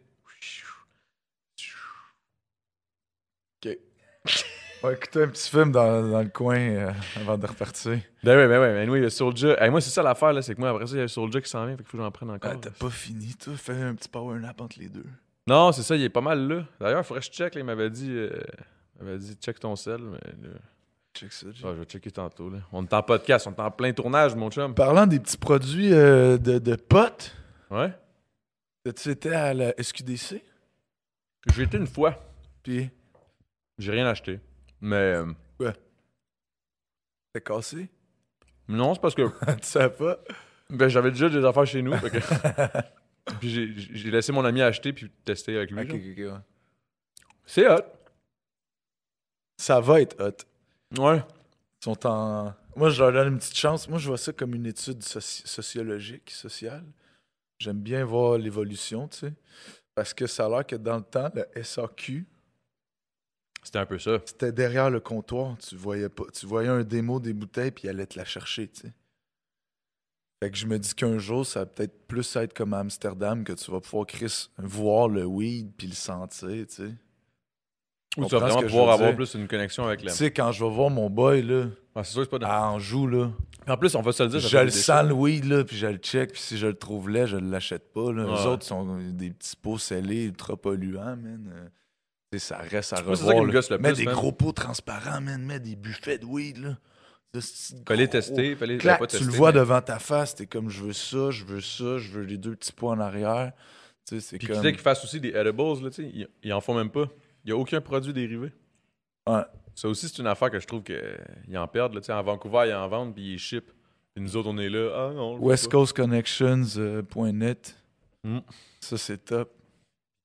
On va écouter un petit film dans, dans le coin euh, avant de repartir.
Ben oui, ben oui, ben oui, il y a Soulja. Hey, moi, c'est ça l'affaire, là, c'est que moi, après ça, il y a Soulja qui s'en vient, fait qu'il faut que j'en prenne encore.
Ah, T'as pas fini, toi. Fais un petit power nap entre les deux.
Non, c'est ça, il est pas mal là. D'ailleurs, il faudrait que je check, là, il m'avait dit, euh, il m'avait dit, check ton sel, mais là,
Check ça, Jay.
ah, je vais checker tantôt, là. On est en podcast, on est en plein tournage, mon chum.
Parlant des petits produits euh, de, de potes,
Ouais.
tu étais à la SQDC?
J'ai été une fois,
Puis,
j'ai rien acheté. Mais euh,
t'es cassé? (laughs)
non, c'est parce que (laughs)
tu savais pas?
Ben, j'avais déjà des affaires chez nous. fait que- puis j'ai- j'ai laissé mon ami acheter puis tester avec lui.
(laughs) Ok,
genre.
ok, ok, ouais.
C'est hot.
Ça va être hot.
Ouais.
Ils sont en. Moi, je leur donne une petite chance. Moi, je vois ça comme une étude soci- sociologique, sociale. J'aime bien voir l'évolution, tu sais. Parce que ça a l'air que dans le temps, le SAQ,
C'était un peu ça.
c'était derrière le comptoir. Tu voyais, pas, tu voyais un démo des bouteilles, puis il allait te la chercher, tu sais. Fait que je me dis qu'un jour, ça va peut-être plus être comme à Amsterdam, que tu vas pouvoir, Chris, voir le weed, puis le sentir, tu sais.
Ou tu
Comprends
vas
ce
vraiment
que je
pouvoir
veux
avoir
dire.
plus une connexion avec
Tu
la.
sais, quand je vais voir mon boy, là,
Ah, c'est sûr, que c'est pas. de-
à Anjou, là,
En plus, on va se le dire. ça
je
fait
le
des
sens
choses.
le weed, là, puis je le check, puis si je le trouve laid, je ne l'achète pas, là.
Ouais.
Les autres sont des petits pots scellés, ultra polluants, man. Euh, tu sais, ça reste à
pas
revoir.
si c'est ça qui me
là.
gosse le
Mets
plus,
des
man.
gros pots transparents, man. Mets des buffets de weed, là. De ce petit
Fallait
gros-
tester, fallait
Clac,
pas
tu
tester,
le vois
mais-
devant ta face, t'es comme, je veux ça, je veux ça, je veux les deux petits pots en arrière. Tu sais, c'est
Puis
comme...
qui sait qu'ils fassent aussi des edibles, là, tu sais, ils, ils en font même pas. Il n'y a aucun produit dérivé.
Ouais.
Ça aussi, c'est une affaire que je trouve qu'ils en perdent. Là, tu sais, en Vancouver, ils en vendent puis ils ship. Puis nous autres, on est là. Ah non. on le fait
West
pas.
Coast Connections.net.
Mm.
Ça, c'est top.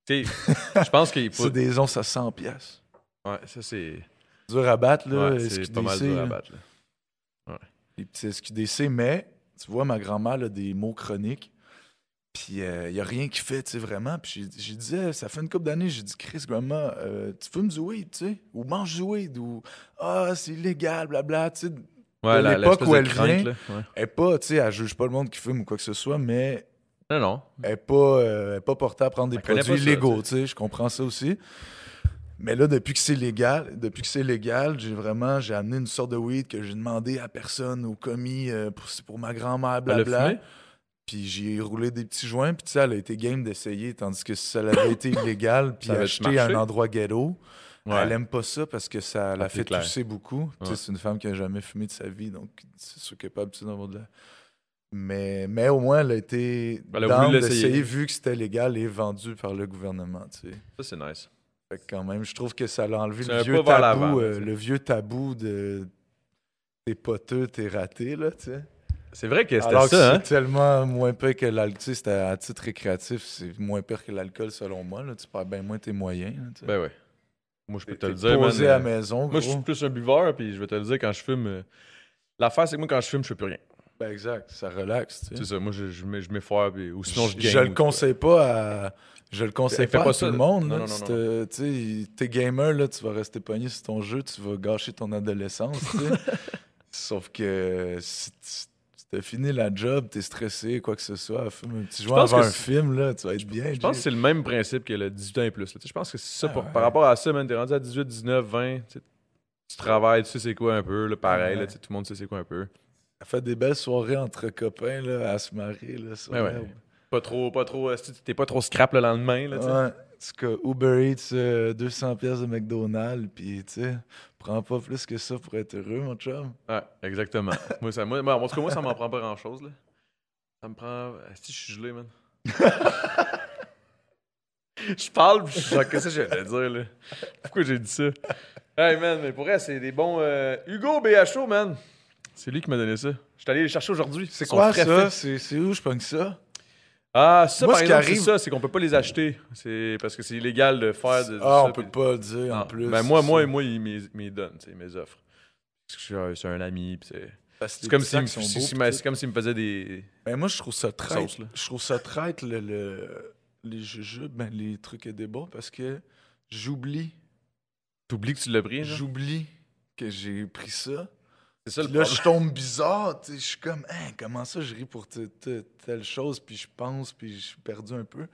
Tu sais, je pense qu'il faut.
(laughs) C'est des onces à 100 piastres.
Ouais, ça, c'est.
Dur à battre, là.
ouais, c'est pas mal
SQDC,
dur à
là.
battre. là.
les petits SQDC, mais tu vois, ma grand-mère a des mots chroniques. Puis euh, il n'y a rien qui fait, tu sais, vraiment. Puis j'ai- j'ai dit, eh, ça fait une couple d'années, j'ai dit, Chris, grand-mère, tu fumes du weed, tu sais, ou mange du weed, ou ah, c'est illégal, blabla, tu sais.
Ouais,
De
la-
l'époque
l'espèce
où
de
elle
crainte,
vient.
là, ouais.
Elle est pas, tu sais, elle juge pas le monde qui fume ou quoi que ce soit, mais
Non, non.
elle n'est pas, euh, elle est pas portée à prendre des
Elle connaît
produits
pas ça,
illégaux, tu sais, je comprends ça aussi. Mais là, depuis que c'est légal, depuis que c'est légal, j'ai vraiment, j'ai amené une sorte de weed que j'ai demandé à personne au commis euh, pour, c'est pour ma grand-mère,
Elle a
blabla.
fumé?
Puis j'ai roulé des petits joints, puis tu sais, elle a été game d'essayer, tandis que si ça
(laughs)
l'avait été illégal, puis
Ça avait-tu
acheté à un
marché?
endroit ghetto,
Ouais.
elle aime pas ça parce que ça la
Ah, c'est
fait
clair.
tousser beaucoup. Tu sais,
Ouais.
c'est une femme qui a jamais fumé de sa vie, donc c'est sûr qu'elle est pas habituée d'avoir de la... Mais, mais au moins, elle a été
Elle a
down
voulu l'essayer.
d'essayer vu que c'était légal et vendu par le gouvernement, tu sais.
Ça, c'est nice.
Fait que quand même, je trouve que ça l'a enlevé
C'est
le
un
vieux,
pas vers l'avant,
tabou,
là,
euh,
tu sais.
le vieux tabou de t'es poteux, t'es raté, là, tu sais.
C'est vrai que c'était
Alors que
ça, hein?
c'est tellement moins pire que l'alcool. Tu sais, c'était à titre récréatif, c'est moins pire que l'alcool selon moi. Là. Tu perds bien moins tes moyens. là, tu sais.
Ben ouais. Moi, je peux
T'es-
te le
t'es
dire, man,
posé
euh,
à maison,
Moi, je
gros.
suis plus un buveur, puis je vais te le dire, quand je fume. euh, L'affaire, c'est que moi, quand je fume, je fais plus rien.
Ben exact, ça relaxe. Tu sais.
C'est ça. Moi, je, je mets- je m'effare, puis- ou sinon, je
Je-
gagne.
je le
ou quoi.
conseille pas à. Je le conseille
Fais
pas,
pas
à
ça,
tout
là.
le monde.
Non,
là.
non, non,
Si te- tu sais, T'es gamer, là, tu vas rester pogné sur ton jeu, tu vas gâcher ton adolescence. tu sais.
(laughs)
Sauf que si t- si t'as fini la job, t'es stressé, quoi que ce soit, fume un petit joint
pense
avant
que
un
c'est-
film, là, tu vas être bien.
Je pense que c'est le même principe que le 18 ans et plus. là. Tu sais, Je pense que c'est ça.
Ah
pour-
ouais.
Par rapport à ça, man, t'es rendu à 18, 19, 20. Tu, sais, tu travailles, tu sais c'est quoi un peu. Là, pareil, là,
Ah Ouais.
tu sais, tout le monde sait c'est quoi un peu.
Ça fait des belles soirées entre copains là, à se marrer. Là, sur
Ben Ouais, ouais.
l'herbe.
Pas trop, pas trop. euh, si T'es pas trop scrap le lendemain. Là, tu sais.
Ouais. Parce que Uber Eats, euh, 200 pièces de McDonald's, puis tu sais, prends pas plus que ça pour être heureux, mon chum.
Ouais, (laughs) exactement. moi, ça, moi, moi, en tout cas, moi, ça m'en prend pas grand-chose. là. Ça me prend... euh, Si je suis gelé, man. (laughs) je parle, puis je suis genre, qu'est-ce que j'allais dire, là? Pourquoi j'ai dit ça? Hey, man, mais pour vrai, c'est des bons... euh, Hugo BHO, man! C'est lui qui m'a donné ça. Je suis allé le chercher aujourd'hui.
C'est
Son
quoi
frais
ça?
fait.
C'est c'est où je pogne ça?
Ah, ça,
Moi,
par
ce qui
exemple, c'est
arrive-
ça. C'est qu'on peut pas les acheter. C'est parce que c'est illégal de faire... De, de
Ah,
ça,
on peut
puis-
pas le dire en
Non.
plus.
Ben, moi,
c'est
moi,
ça.
moi, il m'y- m'y donne, tu sais, il me les offre. Parce que je suis un- c'est un ami, puis c'est...
Parce que
C'est
les
comme
petits
s'il
sacs
me,
sont
si-
beaux,
si
pis
me-
tout.
c'est comme s'il me faisait des.
Ben, moi, je trouve ça traite.
Sauce, là.
je trouve ça traite le, le- les jujubes, ben, les trucs et débats parce que j'oublie.
T'oublies que tu l'as pris, genre.
J'oublie que j'ai pris ça.
C'est ça le
Puis là,
problème.
je tombe bizarre. tu sais, Je suis comme, Hein, comment ça, je ris pour te- te- telle chose, puis je pense, puis je suis perdu un peu.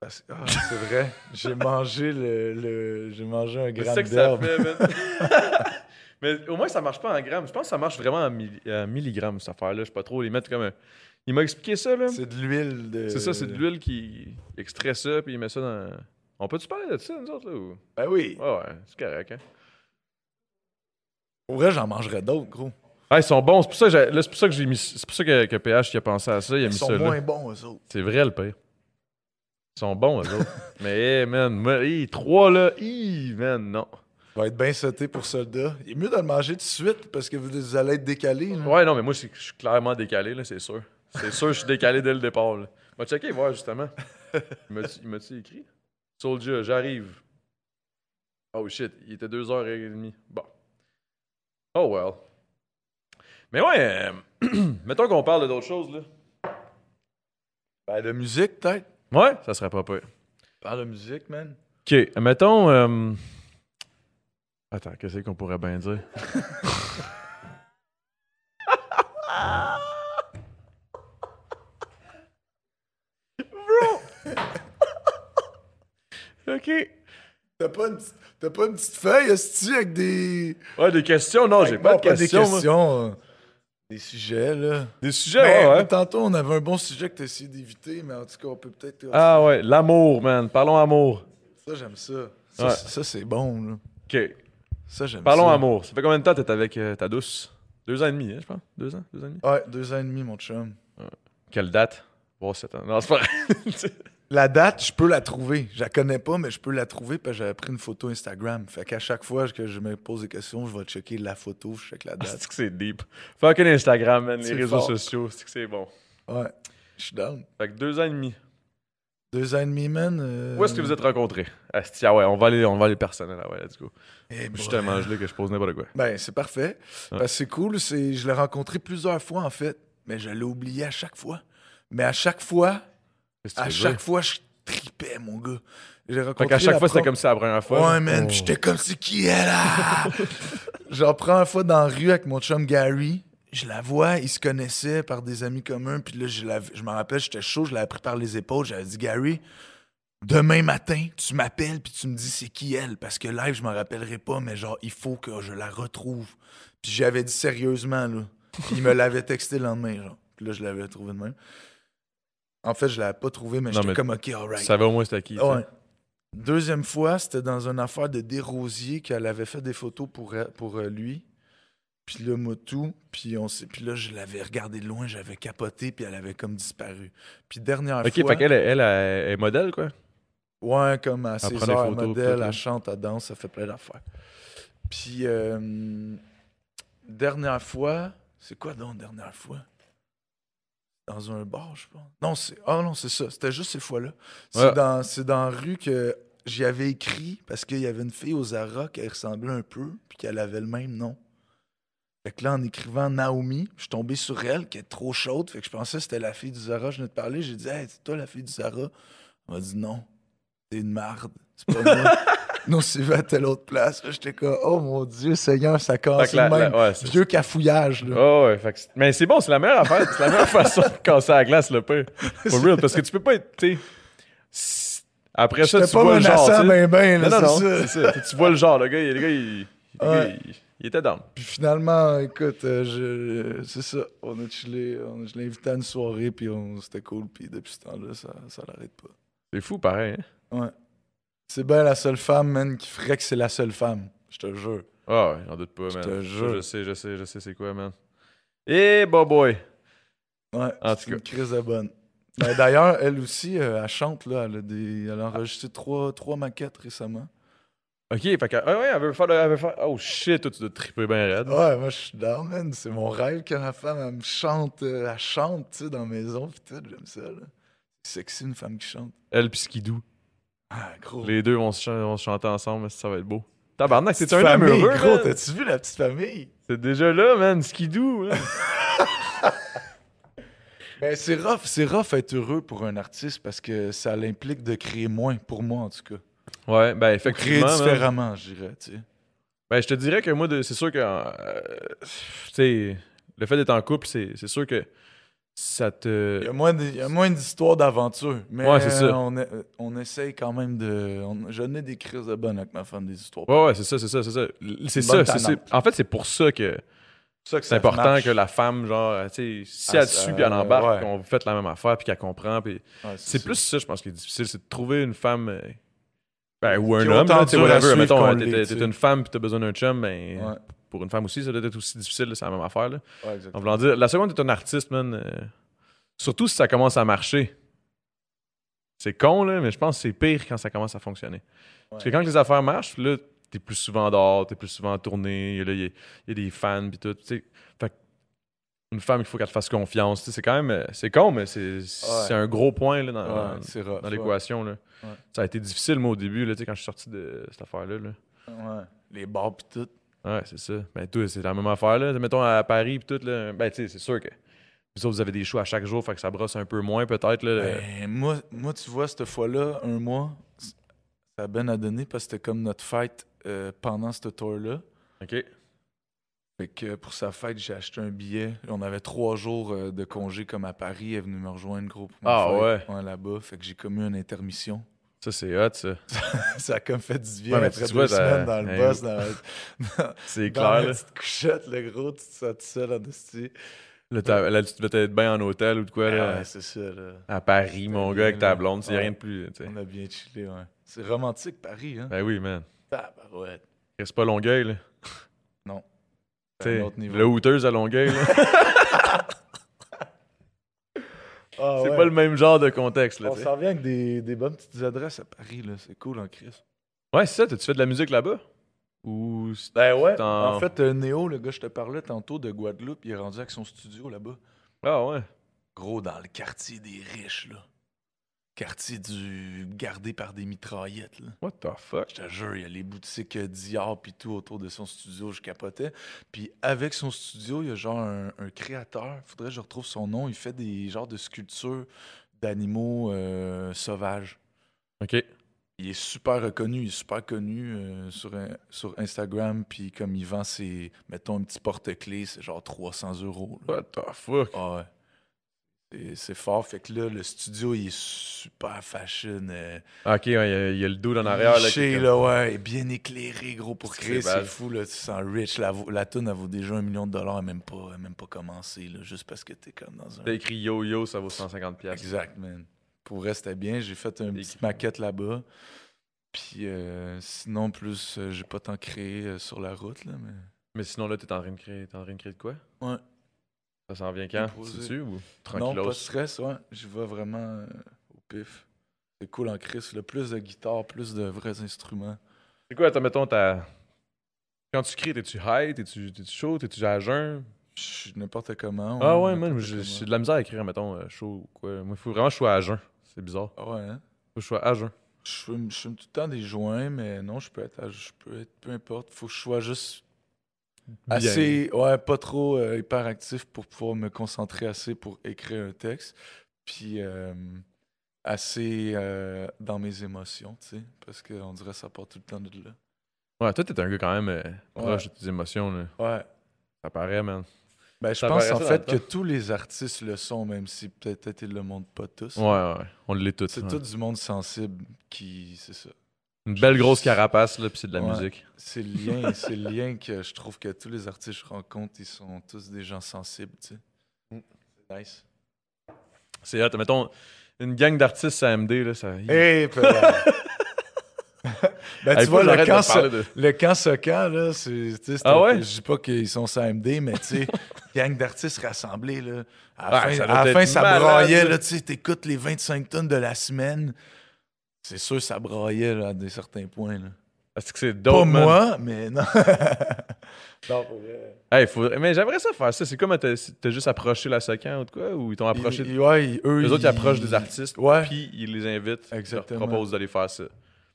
Parce que, ah, c'est vrai,
(laughs)
j'ai mangé le, le- j'ai mangé un
C'est
gramme
ça que ça
d'herbe.
fait,
(laughs)
man. (laughs) Mais au moins, ça marche pas en grammes. Je pense que ça marche vraiment en, milli- en milligrammes, cette affaire-là. Je sais pas trop. Les mettre comme un- Il m'a expliqué ça, là.
C'est euh, de l'huile de.
C'est ça, c'est de l'huile qui il extrait ça, puis il met ça dans. On peut-tu parler de ça, nous autres, là? ou-
Ben oui.
Ouais, ouais, c'est correct, hein.
Pour vrai, j'en mangerais d'autres, gros.
Ah, ils sont bons. C'est pour ça que j'ai- là, c'est pour ça que j'ai mis. C'est pour ça que, que PH qui a pensé à ça, il a
Ils
mis
sont
ça là.
moins bons, eux autres.
C'est vrai, le pire. Ils sont bons, eux autres.
(laughs)
Mais, hey, man, moi, hey, trois, là, hi, man, non.
Il va être bien sauté pour soldat. Il est mieux de le manger tout de suite parce que vous allez être décalé. là.
Ouais, non, mais moi, c'est- je suis clairement décalé, là, c'est sûr. C'est sûr, je suis décalé dès le départ. Là. M'a checké, voir, justement. Il m'a-tu- Il m'a-tu écrit? Soldier, j'arrive. Oh shit, il était 2h30. Bon. Oh well. Mais (clears throat) ouais, euh, mettons qu'on parle d'autres choses, là.
Ben, de musique, peut-être.
Ouais, ça serait pas pire.
Parle de musique, man.
OK, mettons... euh, Attends, qu'est-ce qu'on pourrait bien dire? Bro! OK.
T'as pas, une petite- t'as pas une petite feuille, est avec des.
Ouais, des questions? Non, Ah, j'ai
avec
pas
bon,
de questions.
Des
moi.
questions. euh, Des sujets, là.
Des sujets, ouais,
Mais,
ouais.
mais Tantôt, on avait un bon sujet que t'as essayé d'éviter, mais en tout cas, on peut peut-être.
Ah ouais, l'amour, man. Parlons amour.
Ça, j'aime ça. Ça,
Ouais.
c'est- ça, c'est bon, là.
OK.
Ça, j'aime ça.
Parlons amour. Ça fait combien de temps que t'es avec euh, ta douce? Deux ans et demi, hein, je pense. Deux ans, deux ans et demi.
Ouais, deux ans et demi, mon chum.
Quelle date? Bon, sept ans. Non, c'est (laughs) pas
La date, je peux la trouver. Je la connais pas, mais je peux la trouver parce que j'avais pris une photo Instagram. Fait qu'à chaque fois que je me pose des questions, je vais checker la photo, je check la date.
C'est Ah, que c'est deep. Fucking Instagram, man, les
C'est
réseaux
fort.
sociaux, c'est que c'est bon.
Ouais, je suis down.
Fait que deux ans et demi.
Deux ans et demi, man. euh,
Où est-ce que vous êtes rencontrés? Asti, ah ouais, on va aller, on va aller personnel, ah ouais, let's go.
eh, boy.
Je suis tellement gelé que je pose n'importe quoi.
Ben, c'est parfait. Parce que c'est cool. c'est- Je l'ai rencontré plusieurs fois, en fait. Mais je l'ai oublié à chaque fois. Mais à chaque fois,
Qu'est-ce que tu
à
veux
chaque
dire?
fois, je tripais, mon gars. J'ai rencontré.
Fait qu'à chaque
la
fois, c'était
pre-
comme ça la première fois.
Ouais, man. Puis j'étais comme, c'est qui elle, ah?
(laughs)
Genre, première fois dans la rue avec mon chum Gary. Je la vois, ils se connaissaient par des amis communs. Puis là, je, la- je me rappelle, j'étais chaud, je l'avais pris par les épaules. J'avais dit, Gary, demain matin, tu m'appelles, puis tu me dis c'est qui elle. Parce que live, je m'en rappellerai pas, mais genre, il faut que je la retrouve. Puis j'avais dit sérieusement, là. Puis il me l'avait texté le lendemain, genre. Puis là, je l'avais trouvé de même. En fait, je l'avais pas trouvé, mais
Non,
j'étais
mais
comme, OK, alright.
Tu savais au moins c'était qui. tu sais.
Ouais. Deuxième fois, c'était dans une affaire de Desrosiers qu'elle avait fait des photos pour, elle- pour euh, lui. Puis le motou, puis on s'est- puis là je l'avais regardé de loin, j'avais capoté, puis elle avait comme disparu. Puis dernière
Ok,
fois,
fait qu'elle elle, elle, elle est modèle, quoi.
ouais, comme à
prend
ses
des
heures,
photos,
modèle,
peut-être, là.
elle chante, elle danse, ça fait plein d'affaires. Puis euh, dernière fois, c'est quoi donc dernière fois Dans un bar, je pense. Non, c'est ah non, c'est ça, c'était juste ces fois-là. C'est
Ouais.
dans c'est dans la rue que j'y avais écrit parce qu'il y avait une fille aux Zara qui ressemblait un peu puis qu'elle avait le même nom. Fait que là, en écrivant Naomi, je suis tombé sur elle qui est trop chaude. Fait que je pensais que c'était la fille du Zara. Je venais de parler. J'ai dit, hey, c'est toi la fille du Zara. Elle m'a dit, non, t'es une marde. C'est pas
(laughs)
moi. non, c'est va à telle autre place. Là, J'étais comme, oh mon Dieu, Seigneur, ça
Fait
casse
que
Ah, le
la- la-
même.
ouais, c'est-
Vieux cafouillage, là.
Ah ouais, fait que c'est- mais c'est bon, c'est la meilleure affaire, c'est la meilleure (laughs) façon de casser la glace, le
(laughs)
pire. For real, parce que tu peux pas être, tu sais, si- Après ça,
J'étais
tu vois
pas
le genre. tu
menaçant,
sais.
ben, ben,
Non,
là,
non, non,
c'est
c'est
ça.
ça. Tu vois le genre, le gars, il, le gars, il, le gars,
Ouais.
il- il était down.
Puis finalement, écoute, euh, je... c'est ça. On a chillé, on... je l'ai invité à une soirée, puis on... c'était cool. Puis depuis ce temps-là, ça, ça l'arrête pas.
C'est fou, pareil. Hein?
Ouais. C'est bien la seule femme, man, qui ferait que c'est la seule femme. Je te jure.
Ah ouais, j'en doute pas, man.
Je te
Ça,
jure.
Je sais, je sais, je sais c'est quoi, man. Eh, bon boy.
Ouais,
En
c'est
tout
une crise de bonne. Ben, D'ailleurs, elle aussi, euh, elle chante, là. Elle a, des... elle a enregistré trois, trois maquettes récemment.
Ok, fait que, ah ouais, elle veut faire, le- elle veut faire. Oh shit, toi, tu dois te triper bien raide.
Ouais, moi, je suis down, man. C'est mon rêve que ma femme, elle me chante. euh, Elle chante, tu sais, dans la maison, pis tout. J'aime ça, là. C'est sexy, une femme qui chante.
Elle pis Skidou.
Ah, gros.
Les deux vont se, chan- vont se chanter ensemble, ça va être beau. Tabarnak,
Petite
c'est un homme
famille,
heureux,
gros.
man.
T'as-tu vu la petite famille?
C'est déjà là, man, hein. Skidou. man.
Ben, c'est rough, c'est rough être heureux pour un artiste parce que ça l'implique de créer moins, pour moi, en tout cas.
ouais, ben,
Fait créer
effectivement. man.
différemment, je dirais, tu sais.
Ben, je te dirais que moi, de- c'est sûr que. euh, tu sais, le fait d'être en couple, c'est c'est sûr que ça te.
Il y a moins de- il y a moins d'histoires d'aventure, mais
Ouais, c'est ça.
on, est- on essaye quand même de. on- je n'ai des crises de bonne avec ma femme des histoires.
Ouais, ouais, c'est ça, c'est ça, c'est ça. L- C'est
Une bonne
ça. c'est-
tannante.
c'est- En fait, c'est pour ça que
C'est ça que
c'est
ça
important
marche.
que la femme, genre, euh, tu sais, si
Ah,
elle te
ça,
suit puis elle
euh,
embarque,
ouais.
qu'on fait la même affaire puis qu'elle comprend. Puis...
Ouais,
C'est
ça.
plus ça, je pense, qui est difficile, c'est de trouver une femme. euh, Ben, ou
Qui
un
ont
homme,
autant
là, tu sais,
dur à
whatever.
suivre
Mettons,
qu'on
euh,
l'est,
t'es-
tu
t'es
sais.
une femme puis t'as besoin d'un chum, ben.
Ouais,
Pour une femme aussi, ça doit être aussi difficile, c'est la même affaire, là.
ouais,
En
exactement.
voulant dire, la seconde est un artiste, man. euh, surtout si ça commence à marcher. C'est con, là, mais je pense que c'est pire quand ça commence à fonctionner. Parce que quand les affaires marchent, là, t'es plus souvent dehors, t'es plus souvent tourné, il y, a- y a des fans, pis tout. tu sais. Fait que une femme, il faut qu'elle te fasse confiance. tu sais, C'est quand même. euh, C'est con, mais c'est c'est un gros point, là, dans,
Ouais,
dans-
c'est rough.
dans
ouais.
l'équation, là.
Ouais.
Ça a été difficile, moi, au début, là, tu sais, quand je suis sorti de cette affaire-là. là.
Ouais. Les bars pis tout.
Ouais, c'est ça. Ben, tout, c'est la même affaire, là. Mettons, à Paris, pis tout, là. Ben, tu sais, c'est sûr que Vous autres, vous avez des shows à chaque jour, fait que ça brosse un peu moins peut-être. là, le-
Ben, moi, moi, tu vois, cette fois-là, un mois, c- ça a ben à donner parce que c'était comme notre fête euh, pendant ce tour-là.
OK.
Fait que pour sa fête, j'ai acheté un billet. On avait trois jours euh, de congé comme à Paris. Elle est venue me rejoindre, gros, pour ma
Ah
fête. là-bas. Fait que j'ai commis une intermission. (laughs)
Ça, c'est hot, ça.
ça a comme fait du bien
Ouais, mais
après
tu
deux
vois,
semaines
t'as-
dans le
hey,
boss, dans, (laughs) dans-
C'est
dans
clair.
la
Là,
petite couchette, le gros, tu te sens tout seul en dessous.
Là, t'as- là, tu devais être bien en hôtel ou de quoi. Là,
Ouais, c'est ça, là.
à Paris, mon gars, avec ta
là.
blonde. Il
Ouais.
rien de plus. tu sais.
On a bien chillé, ouais. C'est romantique, Paris, hein?
Ben oui, man.
Tabarouette.
Reste pas Longueuil. Là,
C'est
T'sais,
un autre niveau.
le houteuse à Longueuil.
(laughs)
là.
Ah,
c'est
ouais.
pas le même genre de contexte. Là,
On
tu sais.
s'en vient avec des, des bonnes petites adresses à Paris, là. C'est cool, en Chris.
ouais, c'est ça. T'as-tu fait de la musique là-bas? Ou. c'est-
Ben ouais.
En-
En fait, euh, Néo, le gars, je te parlais tantôt de Guadeloupe, il est rendu avec son studio là-bas.
Ah ouais.
Gros, dans le quartier des riches, là. Quartier du. gardé par des mitraillettes, là.
What the fuck?
Je te jure, il y a les boutiques euh, Dior puis tout autour de son studio, je capotais. Puis avec son studio, il y a genre un, un créateur, faudrait que je retrouve son nom, il fait des genres de sculptures d'animaux euh, sauvages.
OK.
Il est super reconnu, il est super connu euh, sur, un- sur Instagram, puis comme il vend ses, mettons, un petit porte-clés, c'est genre 300 euros. là.
What the fuck?
Ah ouais. C'est- C'est fort, fait que là, le studio, il est super fashion. euh,
Ah, Ok, ouais, il y a- il y, a le dos en arrière. Là, qui est
Liché,
comme-
là, ouais, et bien éclairé, gros, pour
C'est
créer, c'est
bad.
fou, là, tu sens rich, la, vo- la toune, elle vaut déjà un million de dollars, elle même pas, elle a même pas commencé, là, juste parce que t'es comme dans un...
T'as écrit yo yo, ça vaut 150$. piastres.
Exact, man. Pour vrai, c'était bien, j'ai fait une
Des-
petite maquette là-bas, puis euh, sinon, plus, euh, j'ai pas tant créé euh, sur la route, là, mais...
Mais sinon, là, t'es en train de créer, t'es en train de, créer de quoi?
Ouais.
Ça s'en vient quand?
Improvisé.
Tu ou
Non, pas de
tranquillos?
stress, ouais, je vais vraiment euh, au pif. C'est cool en crise, le plus de guitare, plus de vrais instruments.
C'est quoi, attends, mettons, ta... Quand tu crées, t'es-tu high? T'es-tu t'es-tu chaud? T'es-tu à jeun?
Je suis n'importe comment.
ah ouais,
n'importe
man, j'ai
comment.
j'ai de la misère à écrire, mettons, euh, chaud ou quoi. Moi, il faut vraiment que je sois à jeun. C'est bizarre.
Ah ouais, hein?
Faut que je sois à jeun.
Je fume, je fume tout le temps des joints, mais non, je peux être, à- je peux être peu importe. Faut que je sois juste assez, ouais, pas trop euh, hyperactif pour pouvoir me concentrer assez pour écrire un texte, puis euh, assez euh, dans mes émotions, tu sais, parce qu'on dirait que ça part tout le temps de là.
Ouais, toi, t'es un gars quand même euh, proche
Ouais.
de tes émotions, là.
Ouais.
Ça paraît, man.
Ben, je
Ça
pense
paraît
en
ça
fait
dans
que
le
tous les artistes le sont, même si peut-être ils le montrent pas tous.
Ouais, ouais, on l'est tous.
C'est
ouais.
tout du monde sensible qui, c'est ça.
Une belle grosse carapace, là, pis c'est de la
Ouais.
musique.
C'est le
(laughs)
lien, c'est le lien que je trouve que tous les artistes que je rencontre, ils sont tous des gens sensibles, tu sais.
Mm.
C'est nice.
C'est hot. Mettons, une gang d'artistes AMD, là, ça...
Hey,
(laughs)
Eh, ben, tu
Eh, Hey, faut
vois,
que
le
j'arrête de
camp, so-
parler de-
le camp Socan, là, c'est. tu sais, c'est
Ah
un-
ouais?
Je dis pas qu'ils sont sans MD, mais tu
(laughs)
sais, gang d'artistes rassemblés, là. À
Ah,
la
ça
fin,
doit
à la
être
fin, ça
malade,
braillait,
là.
là. Tu sais, t'écoutes les 25 tonnes de la semaine. C'est sûr, ça braillait, là, à des certains points, là.
Est-ce que c'est
Pas
dope, man?
moi,
(laughs)
mais non. non, pour vrai.
Hey, faudrait- Mais j'aimerais ça faire ça. C'est comme t'as t'as juste approché la Socan ou de quoi? Ou ils t'ont approché...
Ils- ils- ouais, ils- eux,
Les autres, ils approchent
ils-
des artistes,
Ouais.
puis ils les invitent, ils
Exactement.
leur proposent d'aller faire ça.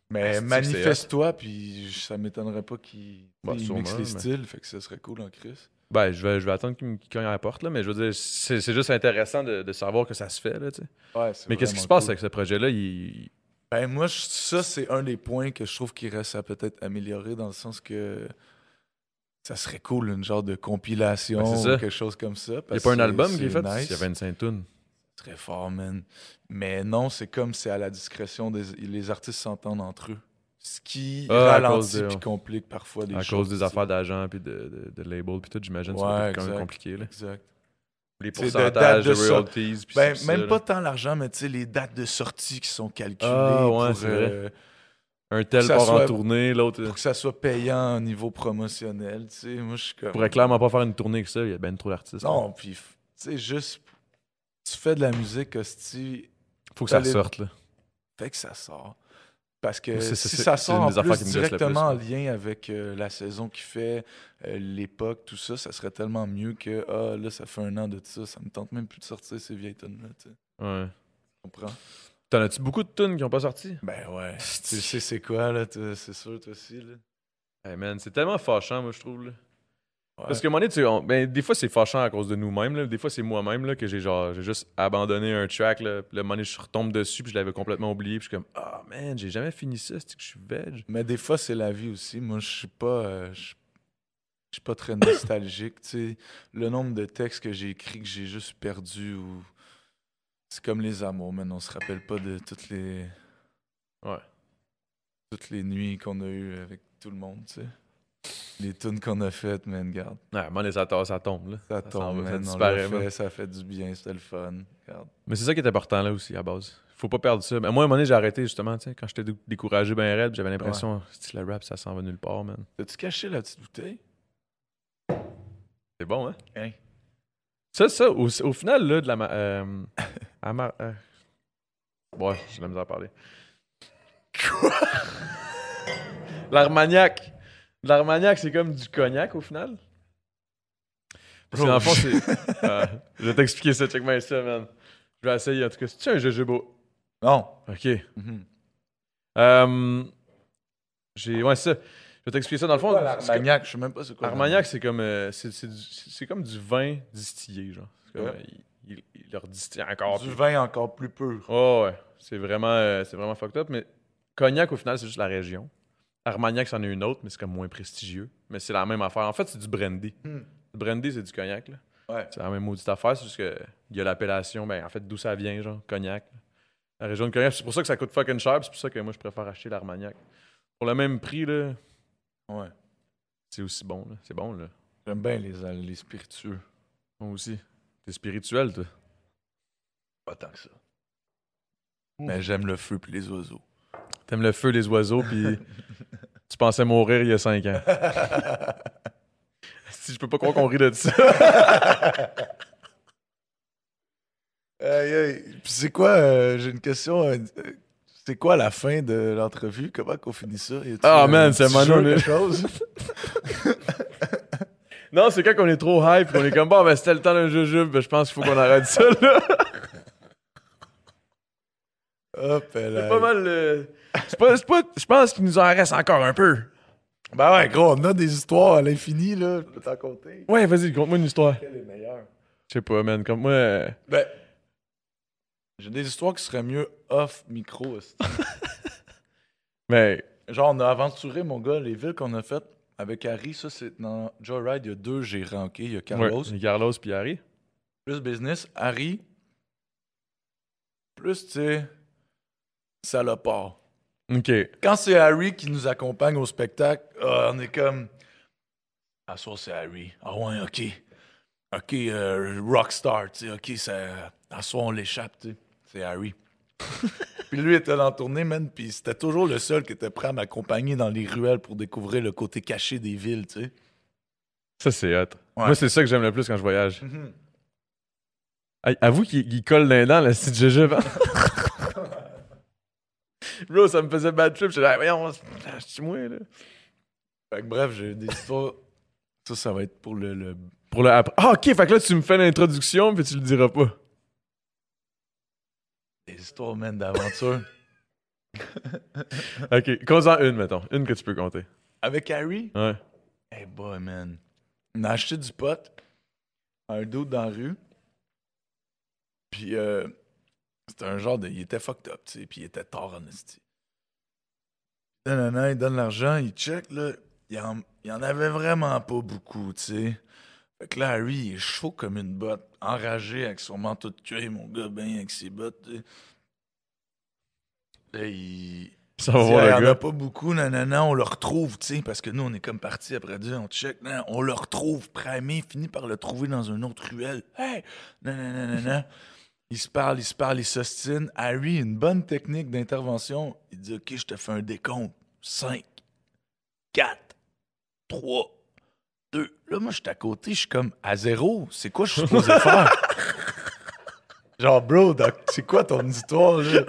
Mais
Asti Ah, que
manifeste-toi, puis je- ça m'étonnerait pas qu'ils
Bah,
ils
sûrement,
mixent
mais-
les styles, fait que ça serait cool en Chris.
Ben, je vais, je vais attendre qu'ils me qu'ils cognent à la porte, là, mais je veux dire, c'est c'est juste intéressant de, de savoir que ça se fait, là, tu sais. Mais qu'est-ce qui se passe avec ce projet-là? Il- il-
Ben moi, je- ça, c'est un des points que je trouve qu'il reste à peut-être améliorer, dans le sens que ça serait cool, une genre de compilation
Ben, c'est ça.
ou quelque chose comme ça.
Il n'y a
parce
pas un
que
album
c'est
qui est fait?
nice.
Il y a 25 tunes.
Très fort, man. Mais non, c'est comme c'est à la discrétion des... Les artistes s'entendent entre eux. Ce qui
Ah, à cause
ralentit
de-
puis complique parfois des
À
choses.
cause des
tu sais.
affaires d'agents, puis de, de, de labels, puis tout, j'imagine, ça doit
Ouais,
être quand même
exact.
compliqué, là.
Exact.
Les
C'est de
pourcentages
date
de,
de sort-
royalties, puis
Ben,
ci, puis
même
ça,
pas
là.
tant l'argent, mais tu sais, les dates de sortie qui sont calculées
Ah, ouais,
pour,
c'est vrai.
euh,
Un tel
que ça
part en
soit-
tournée, l'autre...
pour
euh,
que ça soit payant au niveau promotionnel. Tu sais, moi, je suis comme.
pourrait clairement pas faire une tournée que ça, il y a ben trop d'artistes. là.
Non, puis, f- tu sais, juste. Tu fais de la musique, hostie,
Faut que ça
t'as les-
sorte, là.
fait que ça sort. Parce que
C'est- c'est-
si
c'est-
ça
c'est
sort
une
en
des affaires qui
plus
me gosse le
directement en
plus,
lien avec euh, la saison qui fait, euh, l'époque, tout ça, ça serait tellement mieux que, ah, là, ça fait un an de ça, ça me tente même plus de sortir ces vieilles tonnes-là, tu sais.
Ouais.
Tu comprends?
T'en as-tu beaucoup de tunes qui ont pas sorti?
Ben ouais. tu sais, c'est quoi, là, toi, c'est sûr, toi aussi, là.
Hey man, c'est tellement fâchant, moi, je trouve. là. Parce que à un moment donné, tu- on- ben, des fois, c'est fâchant à cause de nous-mêmes. là. Des fois, c'est moi-même là, que j'ai genre j'ai juste abandonné un track. Là. Puis, le moment donné, je retombe dessus, puis je l'avais complètement oublié. Puis je suis comme, ah man, j'ai jamais fini ça, c'est que je suis veg.
Mais des fois, c'est la vie aussi. Moi, je suis pas. euh, je je suis pas très nostalgique. tu sais. le nombre de textes que j'ai écrits que j'ai juste perdu ou. C'est comme les amours, man. On se rappelle pas de toutes les.
Ouais.
Toutes les nuits qu'on a eues avec tout le monde, tu sais. Les tunes qu'on a faites, man, garde.
Ouais, à un moment donné, ça, to- ça tombe. Là.
Ça
s'en
tombe,
va,
man. on
disparaît,
l'a
man.
fait, ça fait du bien, c'était le fun. Regarde.
Mais c'est ça qui est important là aussi, à base. Faut pas perdre ça. Mais moi, à un moment donné, j'ai arrêté justement, tu sais, quand j'étais dé- découragé, ben raide, puis j'avais l'impression, si le rap, ça s'en va nulle part, man.
T'as-tu caché la petite bouteille?
C'est bon, hein?
Hein?
Ça, ça, au, au final, là, de la. ma- euh, à ma- euh, ouais, j'ai de la misère à parler. Quoi? L'armagnac. L'armagnac, c'est comme du cognac au final? Parce que dans le fond, c'est. Euh, je vais t'expliquer ça, check moi ça, man. Je vais essayer, en tout cas. C'est-tu un jujube?
Non.
Ok.
Mhm.
Euh, j'ai. Ouais, c'est ça. Je vais t'expliquer ça. Dans le fond, c'est comme-
Armagnac, je sais même pas c'est quoi.
Armagnac, c'est comme, euh, c'est, c'est du, c'est c'est comme du vin distillé, genre. C'est comme,
Ouais.
euh, il, il- il leur distille encore
Du
plus.
vin encore plus pur.
Oh, ouais. C'est vraiment, euh, c'est vraiment fucked up. Mais Cognac, au final, c'est juste la région. Armagnac, c'en est une autre, mais c'est comme moins prestigieux. Mais c'est la même affaire. En fait, c'est du brandy.
Hmm.
Le brandy, c'est du cognac, là.
Ouais.
C'est la même maudite affaire, c'est juste qu'il y a l'appellation, ben, en fait, d'où ça vient, genre, cognac. là. La région de cognac. C'est pour ça que ça coûte fucking cher, puis c'est pour ça que moi, je préfère acheter l'Armagnac. Pour le même prix, là,
Ouais.
c'est aussi bon, là. C'est bon, là.
J'aime bien les, al- les spiritueux.
Moi aussi. T'es spirituel, toi.
Pas tant que ça. Mais j'aime le feu puis les (laughs) oiseaux.
T'aimes le feu, les oiseaux, (laughs) puis tu pensais mourir il y a cinq ans. (laughs) Si je peux pas croire qu'on rit de ça.
Aïe, aïe. Puis c'est quoi, euh, j'ai une question. euh, euh, c'est quoi la fin de l'entrevue? Comment qu'on finit ça? Y a-t-il,
Ah,
euh,
man,
un
c'est
petit jeu,
Manon, là.
quelque (laughs) chose?
(laughs) Non, c'est quand on est trop hype, qu'on est comme bah, ben, c'était le temps d'un jujube, ben, je pense qu'il faut qu'on arrête ça, là.
Hop,
C'est pas mal. euh, C'est pas, c'est pas- je pense qu'il nous en reste encore un peu.
Ben ouais, gros, on a des histoires à l'infini, là. Je peux t'en compter.
Ouais, vas-y, conte-moi une histoire.
Quelle est meilleure?
Je sais pas, man, comme moi. euh,
Ben, j'ai des histoires qui seraient mieux off micro. aussi.
Mais.
Genre, on a aventuré, mon gars, les villes qu'on a faites avec Harry. Ça, c'est dans Joyride, il y a deux j'ai ranké. Il y a Carlos,
Ouais, Carlos puis Harry.
plus business. Harry, plus, tu sais, salopard.
Ok.
Quand c'est Harry qui nous accompagne au spectacle, ah, on est comme. Ah, ça, c'est Harry. Ah, ouais, ok. Ok, euh, rockstar, tu sais, ok, ça. À soi, on l'échappe, tu sais. C'est Harry. puis lui était en tournée, man, puis c'était toujours le seul qui était prêt à m'accompagner dans les ruelles pour découvrir le côté caché des villes, tu sais.
Ça, c'est hot. Moi, c'est ça que j'aime le plus quand je voyage.
Mhm.
Hey, avoue qu'il qu'il colle d'un dent, la petite jujube. hein. Bro, ça me faisait bad trip. J'étais là, voyons, c'est moi, là.
Fait que bref, j'ai des histoires. Ça, ça va être pour le. le...
Pour le après. Ah, ok, fait que là, tu me fais l'introduction, puis tu le diras pas.
Des histoires, man, d'aventure.
Ok, compte-en une, mettons. Une que tu peux compter.
avec Harry,
Ouais.
Hey boy, man. On a acheté du pot à un dude dans la rue. Puis euh, c'était un genre de. Il était fucked up, tu sais. Puis il était tard en esti. Nanana, il donne l'argent, il check, là. Il en, il en avait vraiment pas beaucoup, tu sais. Fait que là, Harry, il est chaud comme une botte. Enragé avec son manteau de cuir, mon gars, ben avec ses bottes, tu sais. Là, il.
Ça va
Il
voir
y
le
en a
gars.
pas beaucoup, nanana, on le retrouve, tu sais, parce que nous, on est comme parti après Dieu, on check, nan, on le retrouve, primé, finit par le trouver dans une autre ruelle. Hey! Nanana, nanana. Il se parle, il se parle, il s'ostine. Harry, une bonne technique d'intervention, il dit Ok, je te fais un décompte. 5, 4, 3, 2. Là, moi, je suis à côté, je suis comme à zéro. C'est quoi je suis supposé
(laughs)
faire? Genre, bro, doc, c'est quoi ton histoire, là?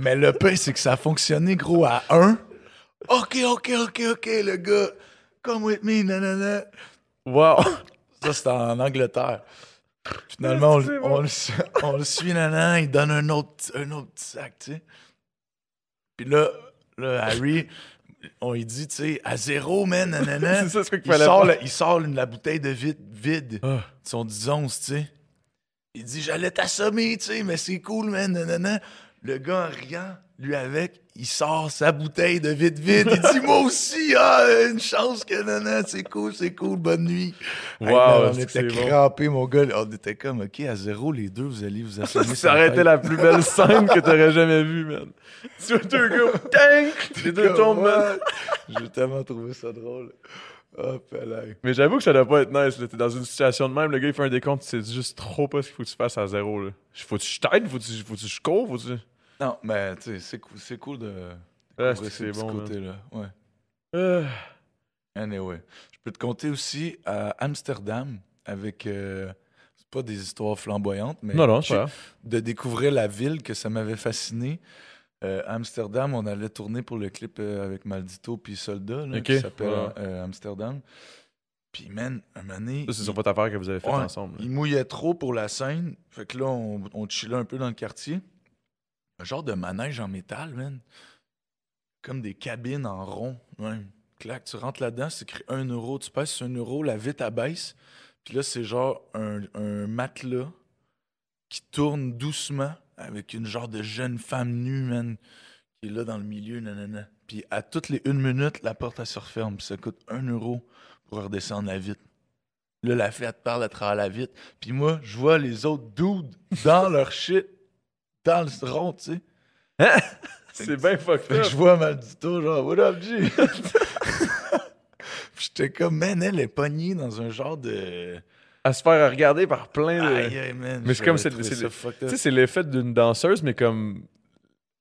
Mais le pire, c'est que ça a fonctionné, gros, à 1. OK, OK, OK, OK, le gars. Come with me, nanana.
Wow.
Ça, c'était en Angleterre. Finalement, on,
C'est
on le, su- on le suit, nanana, il donne un autre, un autre sac, tu sais. Puis là, là, Harry, on lui dit, tu sais, à zéro, man,
(laughs) (laughs)
nanana.
C'est ça, ce qu'il
il,
fallait
sort
faire.
la, il sort une- la bouteille de vide, vide.
Ah.
Son 10 11 tu sais. Il dit, j'allais t'assommer, tu sais, mais c'est cool, man, nanana. Le gars, en riant, lui avec, il sort sa bouteille de vide, vide. Il dit, moi aussi, ah, une chance que, nanana, c'est cool, c'est cool, bonne nuit.
Wow,
Hey, man, on
c'est que
était
c'est bon. (laughs)
crampés, mon gars. On était comme, OK, à zéro, les deux, vous allez
(laughs)
vous assommer. sur
Ça aurait été
tête.
la plus belle scène que t'aurais jamais vue,
(laughs)
man. Tu vois deux gars, tank, les deux tombent, man.
Ouais. J'ai tellement trouvé ça drôle. Hop, là.
Mais j'avoue que ça doit pas être nice. là. T'es dans une situation de même, le gars il fait un décompte, c'est juste trop pas ce qu'il faut que tu fasses à zéro. Là. Faut que je t'aide, faut que tu- faut que je cours, faut que tu.
Non, mais tu sais, c'est cou- c'est cool, de.
Ah,
découvrir ce
c'est
petit
bon. man.
côté-là. Ouais.
Euh,
Anyway. Je peux te conter aussi à Amsterdam avec. euh, c'est pas des histoires flamboyantes, mais.
non, non,
j'ai-
ça.
De découvrir la ville que ça m'avait fasciné. Euh, Amsterdam, on allait tourner pour le clip euh, avec Maldito puis Soldat, là,
Ok,
qui s'appelle
ouais.
euh, Amsterdam. Puis, man, un moment donné,
Ça, c'est pas ta affaire que vous avez faite
Ouais.
ensemble. là.
Il mouillait trop pour la scène. Fait que là, on, on chillait un peu dans le quartier. Un genre de manège en métal, man. Comme des cabines en rond. Ouais. Clac, tu rentres là-dedans, c'est écrit 1 euro. Tu passes sur 1 euro, la vite abaisse. Puis là, c'est genre un, un matelas qui tourne doucement avec une genre de jeune femme nue, man, qui est là dans le milieu, nanana. Puis à toutes les une minute, la porte, elle se referme. Puis ça coûte 1 euro pour redescendre la vitre. Là, la fille, elle te parle à travers la vitre. Puis moi, je vois les autres dudes
(laughs)
dans leur shit, dans le rond, tu sais.
C'est bien fucked
Fait
up.
que je vois Maldito, genre, What
(laughs)
up, G? Puis j'étais comme, man, elle est pognée dans un genre de.
À se faire regarder par plein de.
Aïe, aïe, man.
Mais c'est comme c'est-
j'avais trouvé
c'est
ça
le-
fucked
Tu
up.
sais, c'est l'effet d'une danseuse, mais comme.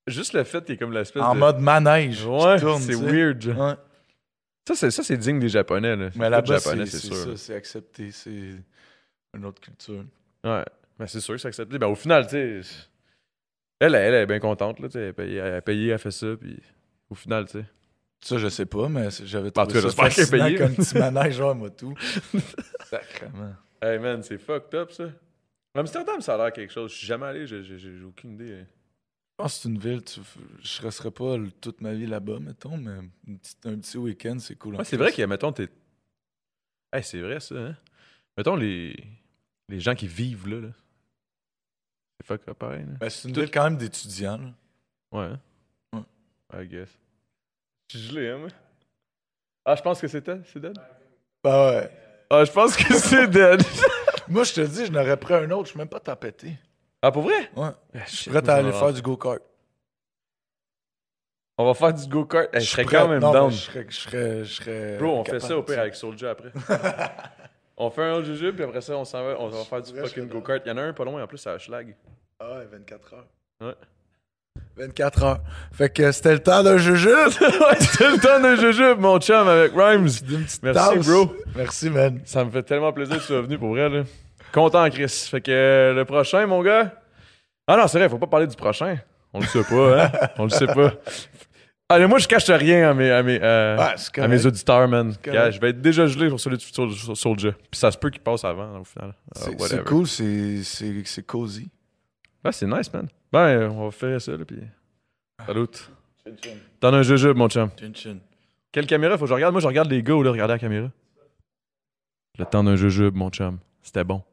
Juste le fait qu'il y ait comme l'espèce
En
de.
mode manège. qui
Ouais,
tourne,
c'est
tu sais.
weird. genre.
Ouais.
Ça, c'est, ça, c'est digne des Japonais. Là.
Mais
Les
là-bas,
Japonais,
c'est
c'est,
c'est
sûr.
ça, c'est accepté. C'est une autre culture.
Ouais. Ben, c'est sûr que c'est accepté. Ben, au final, tu sais. Elle, elle, est bien contente. Là, tu sais, elle, a payé, elle a payé, elle a fait ça. Puis au final, tu sais.
Ça, je sais pas, mais c'est- j'avais
En tout cas,
trouvé ça
j'espère qu'elle est
fascinant
payée.
comme petit manège, genre,
(laughs)
moi, tout. Sacrement.
Hey man, c'est fucked up ça. Amsterdam, ça a l'air quelque chose. Je suis jamais allé, j'ai, j'ai- j'ai aucune idée.
Je pense que c'est une ville, tu- je resterai pas l- toute ma vie là-bas, mettons, mais une petite- un petit week-end, c'est cool. en
Ouais, c'est
plus.
vrai qu'il y a, mettons, t'es. Hey, c'est vrai ça, hein. Mettons les, les gens qui vivent là. là. C'est fucked up pareil. Là.
Ben, c'est une ville quand même d'étudiants. là.
Ouais. hein?
Ouais.
I guess. Je suis gelé, hein, moi. Ah, je pense que c'est dead. C'est dead?
Ben ouais.
Ah, je pense que (laughs) c'est dead.
Moi, je te dis, je n'aurais pris un autre, je suis même pas t'en péter.
ah, pour vrai?
Ouais.
Je
Je suis prêt à aller faire du go-kart.
On va faire du go-kart. Hey, Eh, je serais
prêt-
quand même
non,
down.
mais Je serais, je serais, je serais
Bro, on fait
capable,
ça au pire
tu sais.
avec Soulja après. (laughs) on fait un autre jujube, puis après ça, on s'en va, on va faire du fucking go-kart. Il y en a un pas loin, en plus, à Schlag.
Ah ouais, 24 heures.
Ouais.
24 heures. Fait que c'était le temps d'un jujube.
(laughs) C'est le temps d'un jujube, mon chum, avec Rhymes.
D'une
(laughs)
petite
Merci,
tasse.
bro.
Merci, man.
Ça me fait tellement plaisir que tu sois venu, pour vrai, là. Content, Chris. Fait que euh, le prochain, mon gars... Ah non, c'est vrai, faut pas parler du prochain. On le sait pas,
(laughs)
hein? On le sait pas. Allez, moi, je cache rien à mes... À mes euh,
Ouais, c'est
à mes
correct.
auditeurs, man.
C'est correct.
Gars, je vais être déjà gelé pour celui de sur, sur, Soulja. Puis ça se peut qu'il passe avant, au final. Ah,
C'est-
whatever.
C'est cool, c'est- c'est c'est cozy.
Ouais, c'est nice, man. Ben, euh, on va faire ça, là, puis... Salut.
Ah.
T'en as un jujube, mon chum.
Chin chin.
Quelle caméra faut que je regarde? Moi, je regarde les gars, là, regarder la caméra. Le temps d'un jujube, mon chum. C'était bon.